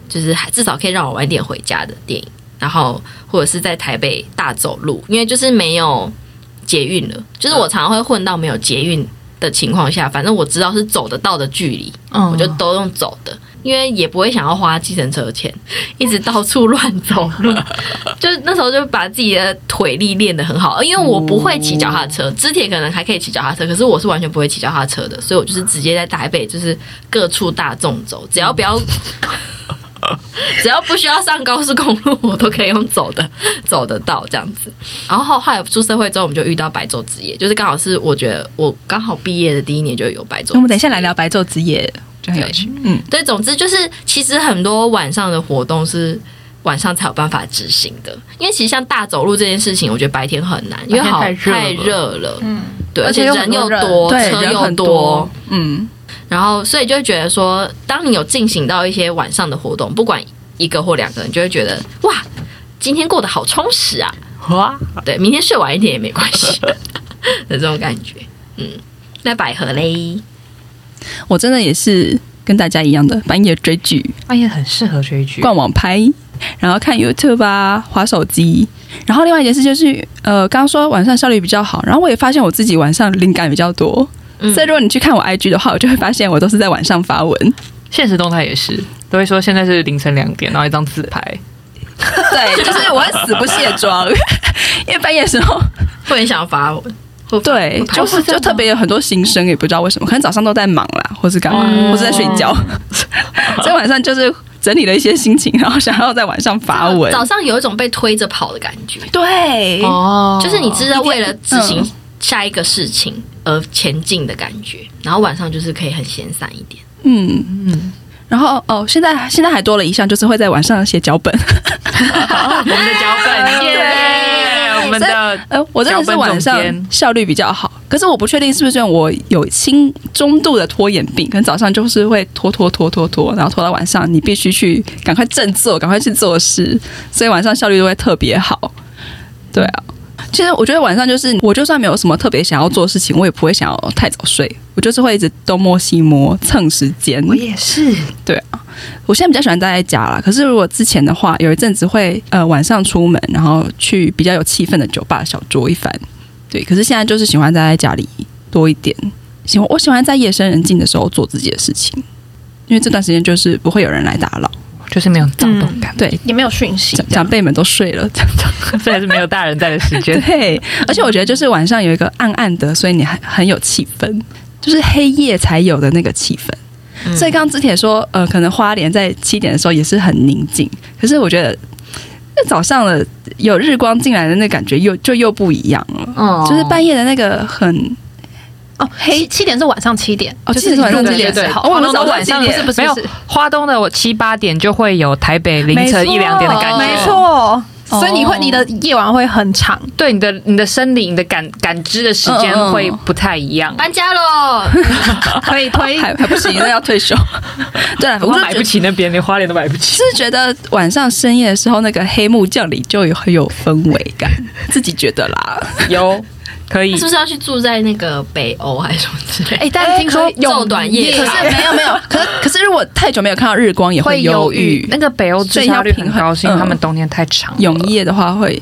Speaker 2: 就是还至少可以让我晚点回家的电影，然后或者是在台北大走路，因为就是没有捷运了，就是我常常会混到没有捷运的情况下，反正我知道是走得到的距离，
Speaker 3: 嗯
Speaker 2: 我就都用走的，因为也不会想要花计程车钱， 一直到处乱走 路。就是那时候就把自己的腿力练得很好，因为我不会骑脚踏
Speaker 1: 哦
Speaker 2: 车，肢铁可能还可以骑脚踏车，可是我是完全不会骑脚 踏车的，所以我就是直接在台北就是各处大众走，只要不要。只要不需要上高速公路，我都可以用走的 走得到这样子。然后后来出社会之后，我们就遇到白昼之夜，就是刚好是我觉得我刚好毕业的第一年就有白昼。
Speaker 1: 我们等一下来聊白昼之夜，就很有趣。嗯，
Speaker 2: 对，总之就是，其实很多晚上的活动是晚上才有办法执行的，因为其实像大走路这件事情，我觉得白天很难，因为好
Speaker 3: 白天太
Speaker 2: 太
Speaker 3: 热
Speaker 2: 热了，嗯，对，
Speaker 4: 而
Speaker 2: 而
Speaker 4: 且
Speaker 2: 且
Speaker 4: 有很
Speaker 2: 人
Speaker 4: 多
Speaker 2: 又
Speaker 4: 人
Speaker 2: 多，
Speaker 1: 对，
Speaker 2: 车
Speaker 1: 人
Speaker 2: 又
Speaker 1: 很多，嗯，
Speaker 2: 然后所以就会觉得说，当你有进行到一些晚上的活动，不管一个或两个人，就会觉得哇，今天过得好充实啊，
Speaker 3: 哇，
Speaker 2: 对，明天睡晚一点也没关系的这种感觉，嗯，那百合嘞，
Speaker 1: 我真的也是跟大家一样的半夜追剧，
Speaker 3: 半夜很适合追剧。
Speaker 1: 逛网拍，然后看 YouTube 啊，划手机。然后另外一件事就是，呃，刚刚说晚上效率比较好，然后我也发现我自己晚上灵感比较多。
Speaker 2: 嗯
Speaker 1: 所以如果你去看我 IG 的话，我就会发现我都是在晚上发文。
Speaker 3: 现实动态也是，都会说现在是凌晨两点，然后一张自拍，
Speaker 1: 对，就是我会死不卸妆， 因为半夜的时候，
Speaker 2: 会很想要发文，会发
Speaker 1: 对
Speaker 2: 会，拍
Speaker 1: 就是就特别有很多心声，也不知道为什么，可能早上都在忙啦，或是干嘛，
Speaker 2: 嗯
Speaker 1: 或是在睡 觉，所以晚上就是整理了一些心情，然后想要在晚上发文。
Speaker 2: 早上有一种被推着跑的感觉，
Speaker 1: 对，
Speaker 3: 哦
Speaker 2: 就是你知道为了执行
Speaker 1: 嗯
Speaker 2: 下一个事情而前进的感觉，然后晚上就是可以很闲散一点。
Speaker 1: 嗯，然后哦，现在现在还多了一项，就是会在晚上写脚 本。
Speaker 3: 我们的脚本耶，我们的
Speaker 1: 呃，我真的是晚
Speaker 3: 脚
Speaker 1: 上
Speaker 3: 本总监
Speaker 1: 效率比较好，可是我不确定是不是因为我有轻中度的拖延病，可能早上就是会拖拖拖拖拖，然后拖到晚上，你必须去赶快振作，赶快去做事，所以晚上效率都会特别好。对啊。其实我觉得晚上就是，我就算没有什么特别想要做的事情，我也不会想要太早睡，我就是会一直东摸西摸蹭时间。
Speaker 3: 也是，
Speaker 1: 我现在比较喜欢待在家啦，可是如果之前的话，有一阵子会呃晚上出门，然后去比较有气氛的酒吧小酌一番。对，可是现在就是喜欢待在家里多一点，喜欢我喜欢在夜深人静的时候做自己的事情，因为这段时间就是不会有人来打扰，
Speaker 3: 就是没有躁动感，
Speaker 1: 对，
Speaker 4: 嗯也没有讯息
Speaker 1: 长，长辈们都睡了， 这样
Speaker 3: 虽然是没有大人在的时 间，
Speaker 1: 对。而且我觉得就是晚上有一个暗暗的，所以你还很有气氛，就是黑夜才有的那个气氛。
Speaker 3: 嗯
Speaker 1: 所以刚刚之前说，呃，可能花莲在七点的时候也是很宁静，可是我觉得那早上的有日光进来的那感觉又就又不一样了，
Speaker 3: 哦
Speaker 1: 就是半夜的那个很
Speaker 4: 哦，黑七点是晚上七点，
Speaker 1: 哦，
Speaker 4: 就
Speaker 1: 其
Speaker 4: 是
Speaker 1: 实晚上
Speaker 4: 入
Speaker 1: 七点
Speaker 4: 夜之后
Speaker 1: 我
Speaker 4: 哦
Speaker 1: 们
Speaker 4: 那
Speaker 1: 早上
Speaker 4: 种晚
Speaker 1: 七
Speaker 4: 上不是
Speaker 1: 点
Speaker 4: 不是
Speaker 3: 没有
Speaker 4: 不是
Speaker 3: 花东的我七八点就会有台北凌晨一两点的感觉，
Speaker 4: 没错。哦所以你会你的夜晚会很长，
Speaker 3: 对你的你的生理你的感感知的时间
Speaker 1: 嗯嗯嗯
Speaker 3: 会不太一样，
Speaker 2: 搬家喽，
Speaker 4: 可以推
Speaker 1: 还还不行，那要退 休。对啊，我
Speaker 3: 我
Speaker 1: 就
Speaker 3: 买不
Speaker 1: 觉
Speaker 3: 起那边，连花莲都买不起
Speaker 1: 就。是觉得晚上深夜的时候，那个黑幕降临就有很有氛围感，自己觉得啦。
Speaker 3: 有 可以
Speaker 2: 是不是要去住在那个北欧还是什么之类？
Speaker 4: 哎，但听说
Speaker 2: 昼短夜
Speaker 4: 可
Speaker 2: 长
Speaker 4: 是没 有没有，
Speaker 1: 可可是如果太久没有看到日光，也
Speaker 3: 会
Speaker 1: 忧
Speaker 3: 忧郁。那个北欧自杀率很高，是因为他们冬天太长了。
Speaker 1: 永夜的话会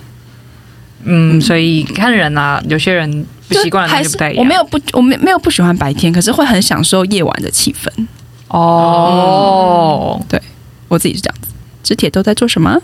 Speaker 3: 嗯，所以看人啊，有些人不习惯的
Speaker 1: 还
Speaker 3: 人就是不太一样。
Speaker 1: 我没有不我没没有不喜欢白天，可是会很享受夜晚的气氛。
Speaker 3: 哦，
Speaker 1: 我自己是这样子。知铁都在做什么？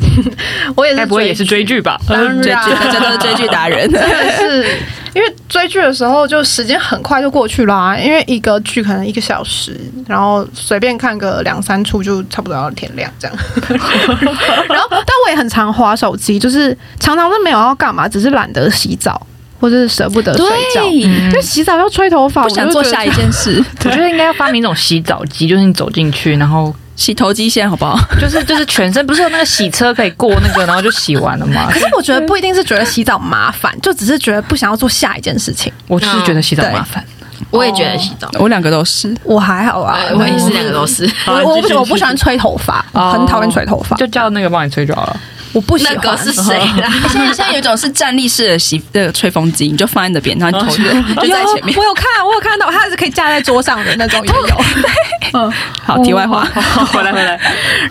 Speaker 4: 我哎也
Speaker 3: 该
Speaker 4: 是
Speaker 3: 不会也是啊追剧吧？
Speaker 4: 当然
Speaker 1: 追剧，大家都是追剧达人。
Speaker 4: 是因为追剧的时候，就时间很快就过去啦、因为一个剧可能一个小时，然后随便看个两三处就差不多要天亮这样。然后，但我也很常划手机，就是常常是没有要干嘛，只是懒得洗澡，或者是舍不得睡觉。
Speaker 1: 对，
Speaker 4: 因为洗澡要吹头发，
Speaker 1: 不想做下一
Speaker 4: 件。
Speaker 1: 件事，
Speaker 3: 我觉得应该要发明一种洗澡机，就是你走进去，然 后
Speaker 1: 洗头机先好不好？
Speaker 3: 就是就是全身，不是有那个洗车可以过那个，然后就洗完了吗
Speaker 4: 可？是我觉得不一定是觉得洗澡麻烦，就只是觉得不想要做下一件事情。
Speaker 3: 我就是觉得洗澡麻烦。
Speaker 2: 我也觉得洗澡，
Speaker 4: 哦
Speaker 2: 哎
Speaker 1: 我两个都是，
Speaker 4: 我哦还好啊，
Speaker 2: 对我也是两个都 是。
Speaker 4: 我我不我不喜欢吹头发，我很讨厌吹头发，
Speaker 3: 就叫那个帮你吹就好 了。
Speaker 4: 我不喜
Speaker 2: 那
Speaker 4: 欢。
Speaker 2: 个
Speaker 4: 哦
Speaker 2: 是谁啊啦？
Speaker 1: 现在现在有一种是站立式的洗的吹风机，你就放在那边，然后你头就就在前面。哦
Speaker 4: 我有看，我有看到，它是可以架在桌上的那种也有。
Speaker 1: 好，题外话，
Speaker 3: 回来回来，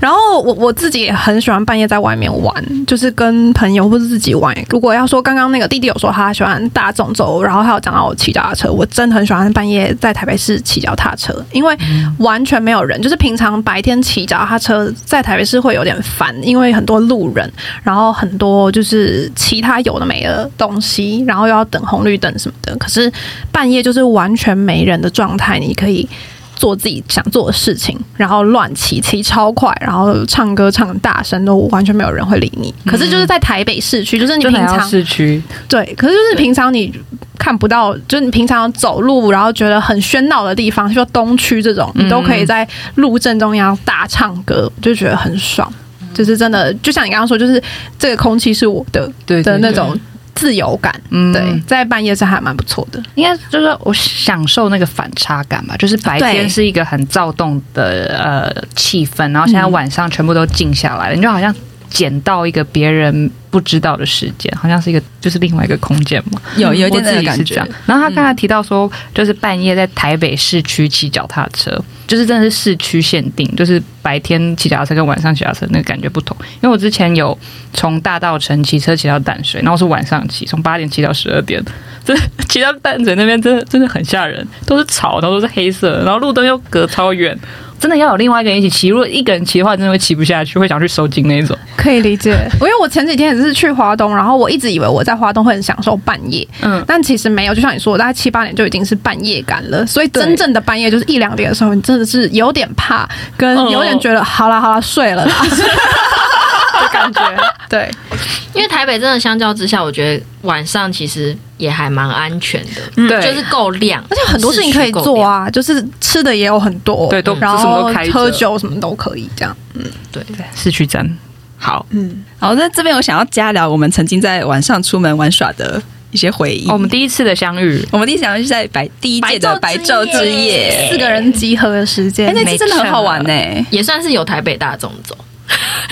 Speaker 4: 然后我我自己也很喜欢半夜在外面玩，就是跟朋友或者自己玩。如果要说刚刚那个弟弟有说他喜欢大众走，然后还有讲到我骑脚踏车，我真的很喜欢半夜在台北市骑脚踏车，因为完全没有人。就是平常白天骑脚踏车在台北市会有点烦，因为很多路人，然后很多就是其他有的没的东西，然后又要等红绿灯什么的。可是半夜就是完全没人的状态，你可以。做自己想做的事情，然后乱骑骑超快，然后唱歌唱很大声，都完全没有人会理你。可是就是在台北市区，就是
Speaker 3: 嗯
Speaker 4: 你
Speaker 3: 就
Speaker 4: 平
Speaker 3: 来到
Speaker 4: 常
Speaker 3: 市区，
Speaker 4: 对，可是就是平常你看不到，就是你平常走路，然后觉得很喧闹的地方，就东区这种，你
Speaker 3: 嗯
Speaker 4: 都可以在路正中央大唱歌，我就觉得很爽。
Speaker 3: 嗯
Speaker 4: 就是真的，就像你刚刚说，就是这个空气是我的
Speaker 3: 对
Speaker 4: 的
Speaker 3: 对
Speaker 4: 那种自由感。
Speaker 3: 嗯
Speaker 4: 对，在半夜是还蛮不错的。
Speaker 3: 应该就是我享受那个反差感吧，就是白
Speaker 4: 对
Speaker 3: 天是一个很躁动的呃气氛，然后现在晚上全部都静下来了，你就好像捡到一个别人不知道的时间，好像是一个就是另外一个空间嘛，
Speaker 1: 有有
Speaker 3: 嗯我
Speaker 1: 点
Speaker 3: 自
Speaker 1: 那个
Speaker 3: 己是
Speaker 1: 感
Speaker 3: 这
Speaker 1: 觉
Speaker 3: 样。。然后他刚才提到说，就是半夜在台北市区骑脚踏车，就是真的是市区限定，就是白天骑脚踏车跟晚上骑脚踏车那个感觉不同。因为我之前有从大道城骑车骑到淡水，然后是晚上骑，从八点骑到十二点，这骑到淡水那边真的真的很吓人，都是草，然后都是黑色的，然后路灯又隔超远。真的要有另外一个人一起骑，如果一个人骑的话，真的会骑不下去，会想去收金那一种。
Speaker 4: 可以理 解，因为我前几天也是去华东，然后我一直以为我在华东会很享受半夜，
Speaker 3: 嗯，
Speaker 4: 但其实没有，就像你说，我大概七八点就已经是半夜感了，所以真正的半夜就是一两点的时候，你真的是有点怕，跟
Speaker 3: 嗯
Speaker 4: 有点觉得好啦好啦睡了啦的感觉。对，
Speaker 2: 因为台北真的相较之下，我觉得晚上其实也还蛮安全的，
Speaker 3: 对
Speaker 2: 就是够亮，
Speaker 4: 而且很多事情可以做啊，就是吃的也有很多，
Speaker 3: 对都
Speaker 4: 然
Speaker 3: 什么
Speaker 4: 后
Speaker 3: 都开着
Speaker 4: 喝酒什么都可以这样。
Speaker 2: 市区够亮。对，
Speaker 3: 市区站好。
Speaker 4: 嗯，
Speaker 1: 好，那这边我想要加聊我们曾经在晚上出门玩耍的一些回忆。
Speaker 3: 哦我们第一次的相遇，
Speaker 1: 我们第一想是在白第一届的白昼之夜，
Speaker 4: 哎四个人集合的时
Speaker 1: 哎
Speaker 4: 间，，
Speaker 1: 那次真的很好玩呢、
Speaker 2: 也算是有台北大众走，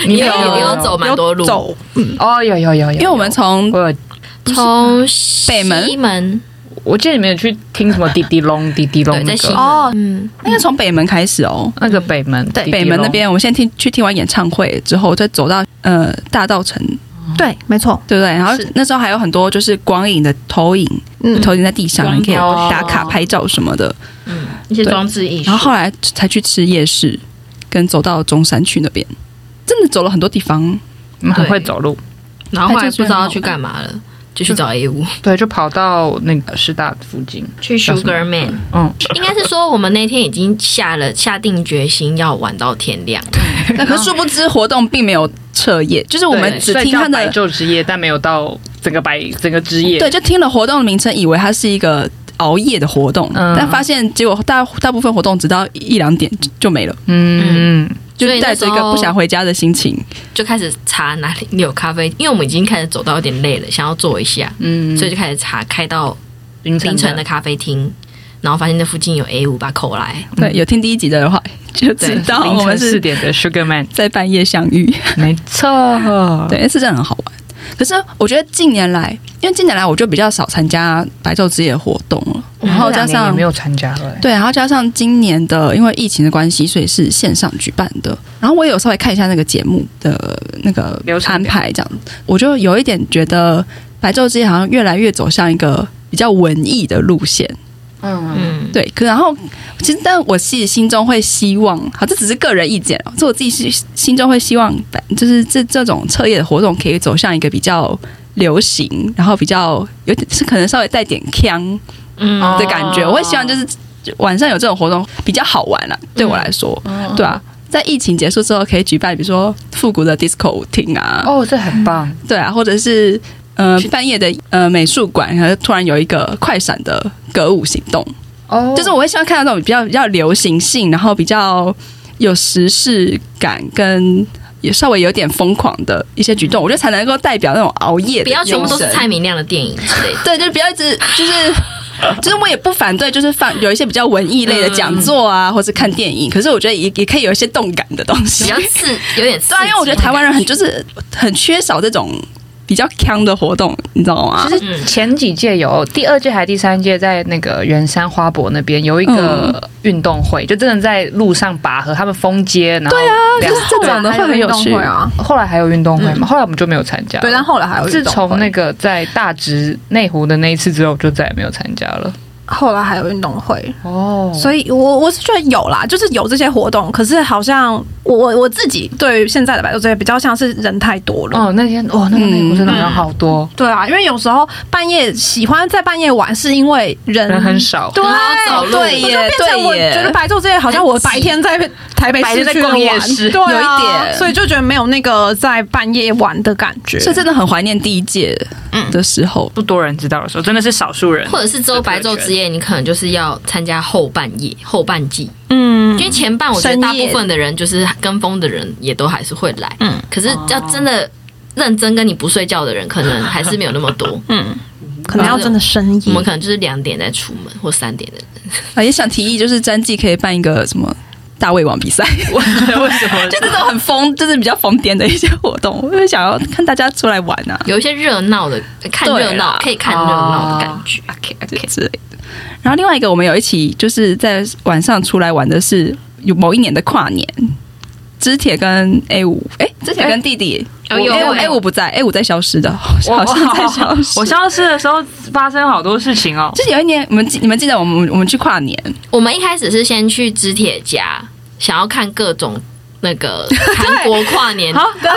Speaker 3: 你
Speaker 2: 也有也有走蛮多路，
Speaker 1: 走，
Speaker 3: 哦，有有有有，
Speaker 1: 因为我们从
Speaker 3: 我有
Speaker 2: 从
Speaker 1: 北门
Speaker 2: 西门
Speaker 3: 我记得你们有去听什么滴滴隆滴滴隆
Speaker 2: 对
Speaker 3: 那
Speaker 2: 在西
Speaker 3: 个
Speaker 4: 哦，
Speaker 2: 嗯，
Speaker 1: 那个从北门开始哦，
Speaker 3: 那个北门
Speaker 4: 对
Speaker 3: 滴滴
Speaker 1: 北
Speaker 3: 隆
Speaker 1: 门那边，我们先听去听完演唱会之后，再走到呃大道城，
Speaker 4: 对，没错，
Speaker 1: 对不对？然后
Speaker 2: 是
Speaker 1: 那时候还有很多就是光影的投影，
Speaker 4: 嗯，
Speaker 1: 投影在地上，
Speaker 3: 光
Speaker 1: 你可以
Speaker 3: 雕啊
Speaker 1: 打卡拍照什么的。
Speaker 2: 一些
Speaker 1: 对
Speaker 2: 装置艺术
Speaker 1: 然后，后来才去吃夜市，跟走到中山区那边，真的走了很多地方。
Speaker 3: 你嗯们很
Speaker 2: 对
Speaker 3: 会走路，
Speaker 2: 然后后来不知道要去
Speaker 1: 拍照
Speaker 2: 干嘛了，就去找业 务，
Speaker 3: 对，就跑到那个师大附近，
Speaker 2: 去
Speaker 3: 叫什么
Speaker 2: Sugar Man。
Speaker 3: 嗯，
Speaker 2: 应该是说我们那天已经下了下定决心要玩到天亮，
Speaker 1: 那 可是殊不知活动并没有彻夜，就是我们
Speaker 3: 对
Speaker 1: 只
Speaker 3: 所以
Speaker 1: 听
Speaker 3: 叫
Speaker 1: 他
Speaker 3: 白
Speaker 1: 的，
Speaker 3: 昼之夜，但没有到整个白整个之夜，
Speaker 1: 对，就听了活动的名称，以为它是一个熬夜的活动，
Speaker 3: 嗯
Speaker 1: 但发现结果大大部分活动只到一两点就就没了，
Speaker 3: 嗯，嗯，
Speaker 1: 就
Speaker 2: 所以
Speaker 1: 是
Speaker 2: 那
Speaker 1: 带着一
Speaker 2: 时
Speaker 1: 个
Speaker 2: 候
Speaker 1: 不想回家的心情。
Speaker 2: 就开始查哪里有咖啡，因为我们已经开始走到有点累了，想要坐一下，
Speaker 3: 嗯，
Speaker 2: 所以就开始查开到
Speaker 3: 凌晨
Speaker 2: 凌晨的，咖啡厅，然后发现那附近有 A 五，把它扣来。
Speaker 1: 对，有听第一集的话就知道
Speaker 3: 嗯凌
Speaker 1: 我们
Speaker 3: 晨四
Speaker 1: 是
Speaker 3: 点嗯的 Sugar Man，
Speaker 1: 在半夜相遇。
Speaker 3: 没错，
Speaker 1: 对，是真的很好玩。可是我觉得近年来，因为近年来我就比较少参加白昼之夜的活动了，然后加
Speaker 3: 这嗯两年也
Speaker 1: 上
Speaker 3: 没有参加了，
Speaker 1: 对，然后加上今年的因为疫情的关系，所以是线上举办的。然后我也有稍微看一下那个节目的那个
Speaker 3: 流程
Speaker 1: 安
Speaker 3: 表
Speaker 1: 排，这样我就有一点觉得白昼之夜好像越来越走向一个比较文艺的路线。
Speaker 3: 嗯，
Speaker 2: 嗯，
Speaker 1: 对，可然后其实，但我自己心中会希望，好，这只是个人意见哦，这我自己心心中会希望，就是这这种彻夜的活动可以走向一个比较流行，然后比较有点是可能稍微带点腔
Speaker 2: 嗯
Speaker 1: 的感觉。
Speaker 3: 哦嗯
Speaker 1: 我会希望就是晚上有这种活动比较好玩啦、啊对我来说，
Speaker 3: 哦
Speaker 1: 对啊。在疫情结束之后，可以举办比如说复古的 disco 舞厅啊，
Speaker 3: 哦，这很棒，
Speaker 1: 对啊，或者是呃半夜的呃美术馆，然后突然有一个快闪的歌舞行动，
Speaker 3: 哦，
Speaker 1: 就是我会希望看到那种比较比较流行性，然后比较有时事感，跟也稍微有点疯狂的一些举动，我觉得才能够代表那种熬夜
Speaker 2: 不
Speaker 1: 的
Speaker 2: 要全部都是
Speaker 1: 精神
Speaker 2: 蔡明亮的电影之类 的。
Speaker 1: 对，就是不要一直就是。就是我也不反对，就是放有一些比较文艺类的讲座啊，或是看电影。可是我觉得也也可以有一些动感的东西
Speaker 2: 比。较刺，有点刺激
Speaker 1: 对啊，因为我觉得台湾人很就是很缺少这种比较强的活动，你知道吗？
Speaker 3: 其实前几届有，第二届还第三届在那个圆山花博那边有一个运动会，就真的在路上拔河，他们封街，然后对啊，
Speaker 1: 就是这种的会很有趣
Speaker 4: 后来还运动会啊。
Speaker 3: 后来还有运动会嘛，后来我们就没有参加了。
Speaker 4: 对，但后来还有
Speaker 3: 自
Speaker 4: 运动
Speaker 3: 从那
Speaker 4: 会，
Speaker 3: 个在大直内湖的那一次之后，就再也没有参加了。
Speaker 4: 后来还有运动会，
Speaker 3: 哦，
Speaker 4: 所以我我是觉得有啦，就是有这些活动，可是好像我我我自己对于现在的白昼之夜比较像是人太多了。
Speaker 3: 哦，那天哦，那个美国真的人好多，
Speaker 4: 对啊，因为有时候半夜喜欢在半夜玩，是因为人
Speaker 3: 人很少。
Speaker 4: 对
Speaker 2: 然后走路
Speaker 4: 对耶，
Speaker 1: 就变成
Speaker 4: 我
Speaker 1: 我
Speaker 4: 觉
Speaker 1: 觉
Speaker 4: 得
Speaker 1: 得
Speaker 4: 白昼之夜好像我白天在台北市
Speaker 3: 市
Speaker 4: 区
Speaker 3: 区
Speaker 4: 玩，
Speaker 3: 玩
Speaker 4: 对、啊
Speaker 1: 有一点
Speaker 4: 所以就觉得没有那个在半夜玩的感觉。
Speaker 1: 是真的很怀念第一届的时候。
Speaker 3: 不多人知道的时候，真的是少数人，
Speaker 2: 或者是周白昼之夜，你可能就是要参加后半夜、后半季，
Speaker 4: 嗯
Speaker 2: 因为前半我觉得大
Speaker 4: 深夜
Speaker 2: 部分的人就是跟风的人也都还是会来，
Speaker 4: 嗯
Speaker 2: 可是要真的认真跟你不睡觉的人，可能还是没有那么 多。
Speaker 4: 嗯，可能要真的深
Speaker 2: 我
Speaker 4: 夜
Speaker 2: 们。可能就是两点再出门或三点的人，
Speaker 1: 啊，也想提议，就是詹记可以办一个什么大胃王比赛，
Speaker 3: 为什么？
Speaker 1: 就这种很疯，就是比较疯癫的一些活动，我就想要看大家出来玩啊。
Speaker 2: 有一些热闹的看
Speaker 1: 对
Speaker 2: 热闹
Speaker 1: 啦
Speaker 2: 可以看热闹的感
Speaker 4: 哦
Speaker 2: 觉。
Speaker 1: OK OK 之类的。然后另外一个，我们有一起就是在晚上出来玩的是有某一年的跨年，知铁跟 A 五，哎，知铁跟弟弟，
Speaker 2: 哦有
Speaker 1: A 五
Speaker 2: 有
Speaker 1: A 五不在，A 五在消失 的，
Speaker 3: 我
Speaker 1: 好像在消失。
Speaker 3: 我消失的时候发生好多事情哦。
Speaker 1: 就是有一年，我们记你们记得我们我们去跨年，
Speaker 2: 我们一开始是先去知铁家，想要看各种那 个韩国跨年
Speaker 3: 好，对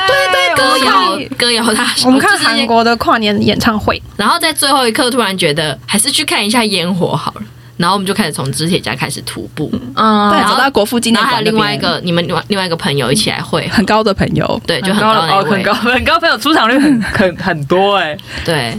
Speaker 3: 对
Speaker 2: 歌谣
Speaker 1: 我们
Speaker 2: 歌谣大
Speaker 4: 我
Speaker 2: 赏
Speaker 4: 们看
Speaker 2: 就是
Speaker 4: 韩国的跨年演唱会，
Speaker 2: 然后在最后一刻突然觉得还是去看一下烟火好了，然后我们就开始从知铁家开始徒步，
Speaker 3: 嗯，
Speaker 1: 对，
Speaker 2: 然后
Speaker 1: 走到国父纪
Speaker 2: 然
Speaker 1: 念
Speaker 2: 后还
Speaker 1: 馆啊
Speaker 2: 有
Speaker 1: 那边
Speaker 2: 另外一个你们另外另外一个朋友一起来会合，
Speaker 1: 很高的朋友，
Speaker 2: 对，就
Speaker 3: 很
Speaker 2: 很
Speaker 3: 高
Speaker 2: 高
Speaker 3: 的
Speaker 2: 那
Speaker 3: 哦，
Speaker 2: 一
Speaker 3: 很
Speaker 2: 位
Speaker 3: 高，很高朋友出场率很很很多哎，
Speaker 2: 对，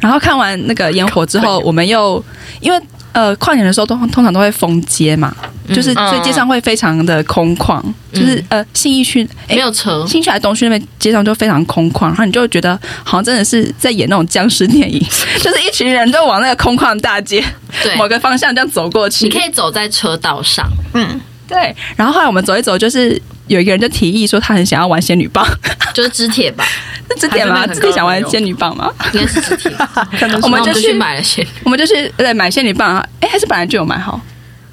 Speaker 1: 然后看完那个烟火之后，嗯我们又因为呃跨年的时候通通常都会封街嘛，就是
Speaker 3: 嗯
Speaker 1: 所以街上会非常的空旷，就是呃信义区哎
Speaker 2: 没有车，
Speaker 1: 新区还是东区那边街上就非常空旷，然后你就会觉得好像真的是在演那种僵尸电影， 就是一群人都往那个空旷大街
Speaker 2: 对，
Speaker 1: 某个方向这样走过去。
Speaker 2: 你可以走在车道上，
Speaker 4: 嗯，
Speaker 1: 对，然后后来我们走一走，就是有一个人就提议说他很想要玩仙女棒，
Speaker 2: 就是知铁吧，
Speaker 1: 是这点吗？
Speaker 3: 还是那个很高的
Speaker 1: 自己想玩
Speaker 3: 朋友
Speaker 1: 仙女棒 吗？
Speaker 2: 应该哦是知铁吧，
Speaker 1: 我
Speaker 2: 然
Speaker 1: 们
Speaker 2: 后
Speaker 1: 就
Speaker 2: 就
Speaker 1: 去
Speaker 2: 去买了些，
Speaker 1: 我们就是对买仙女棒，哎，还是本来就有买好，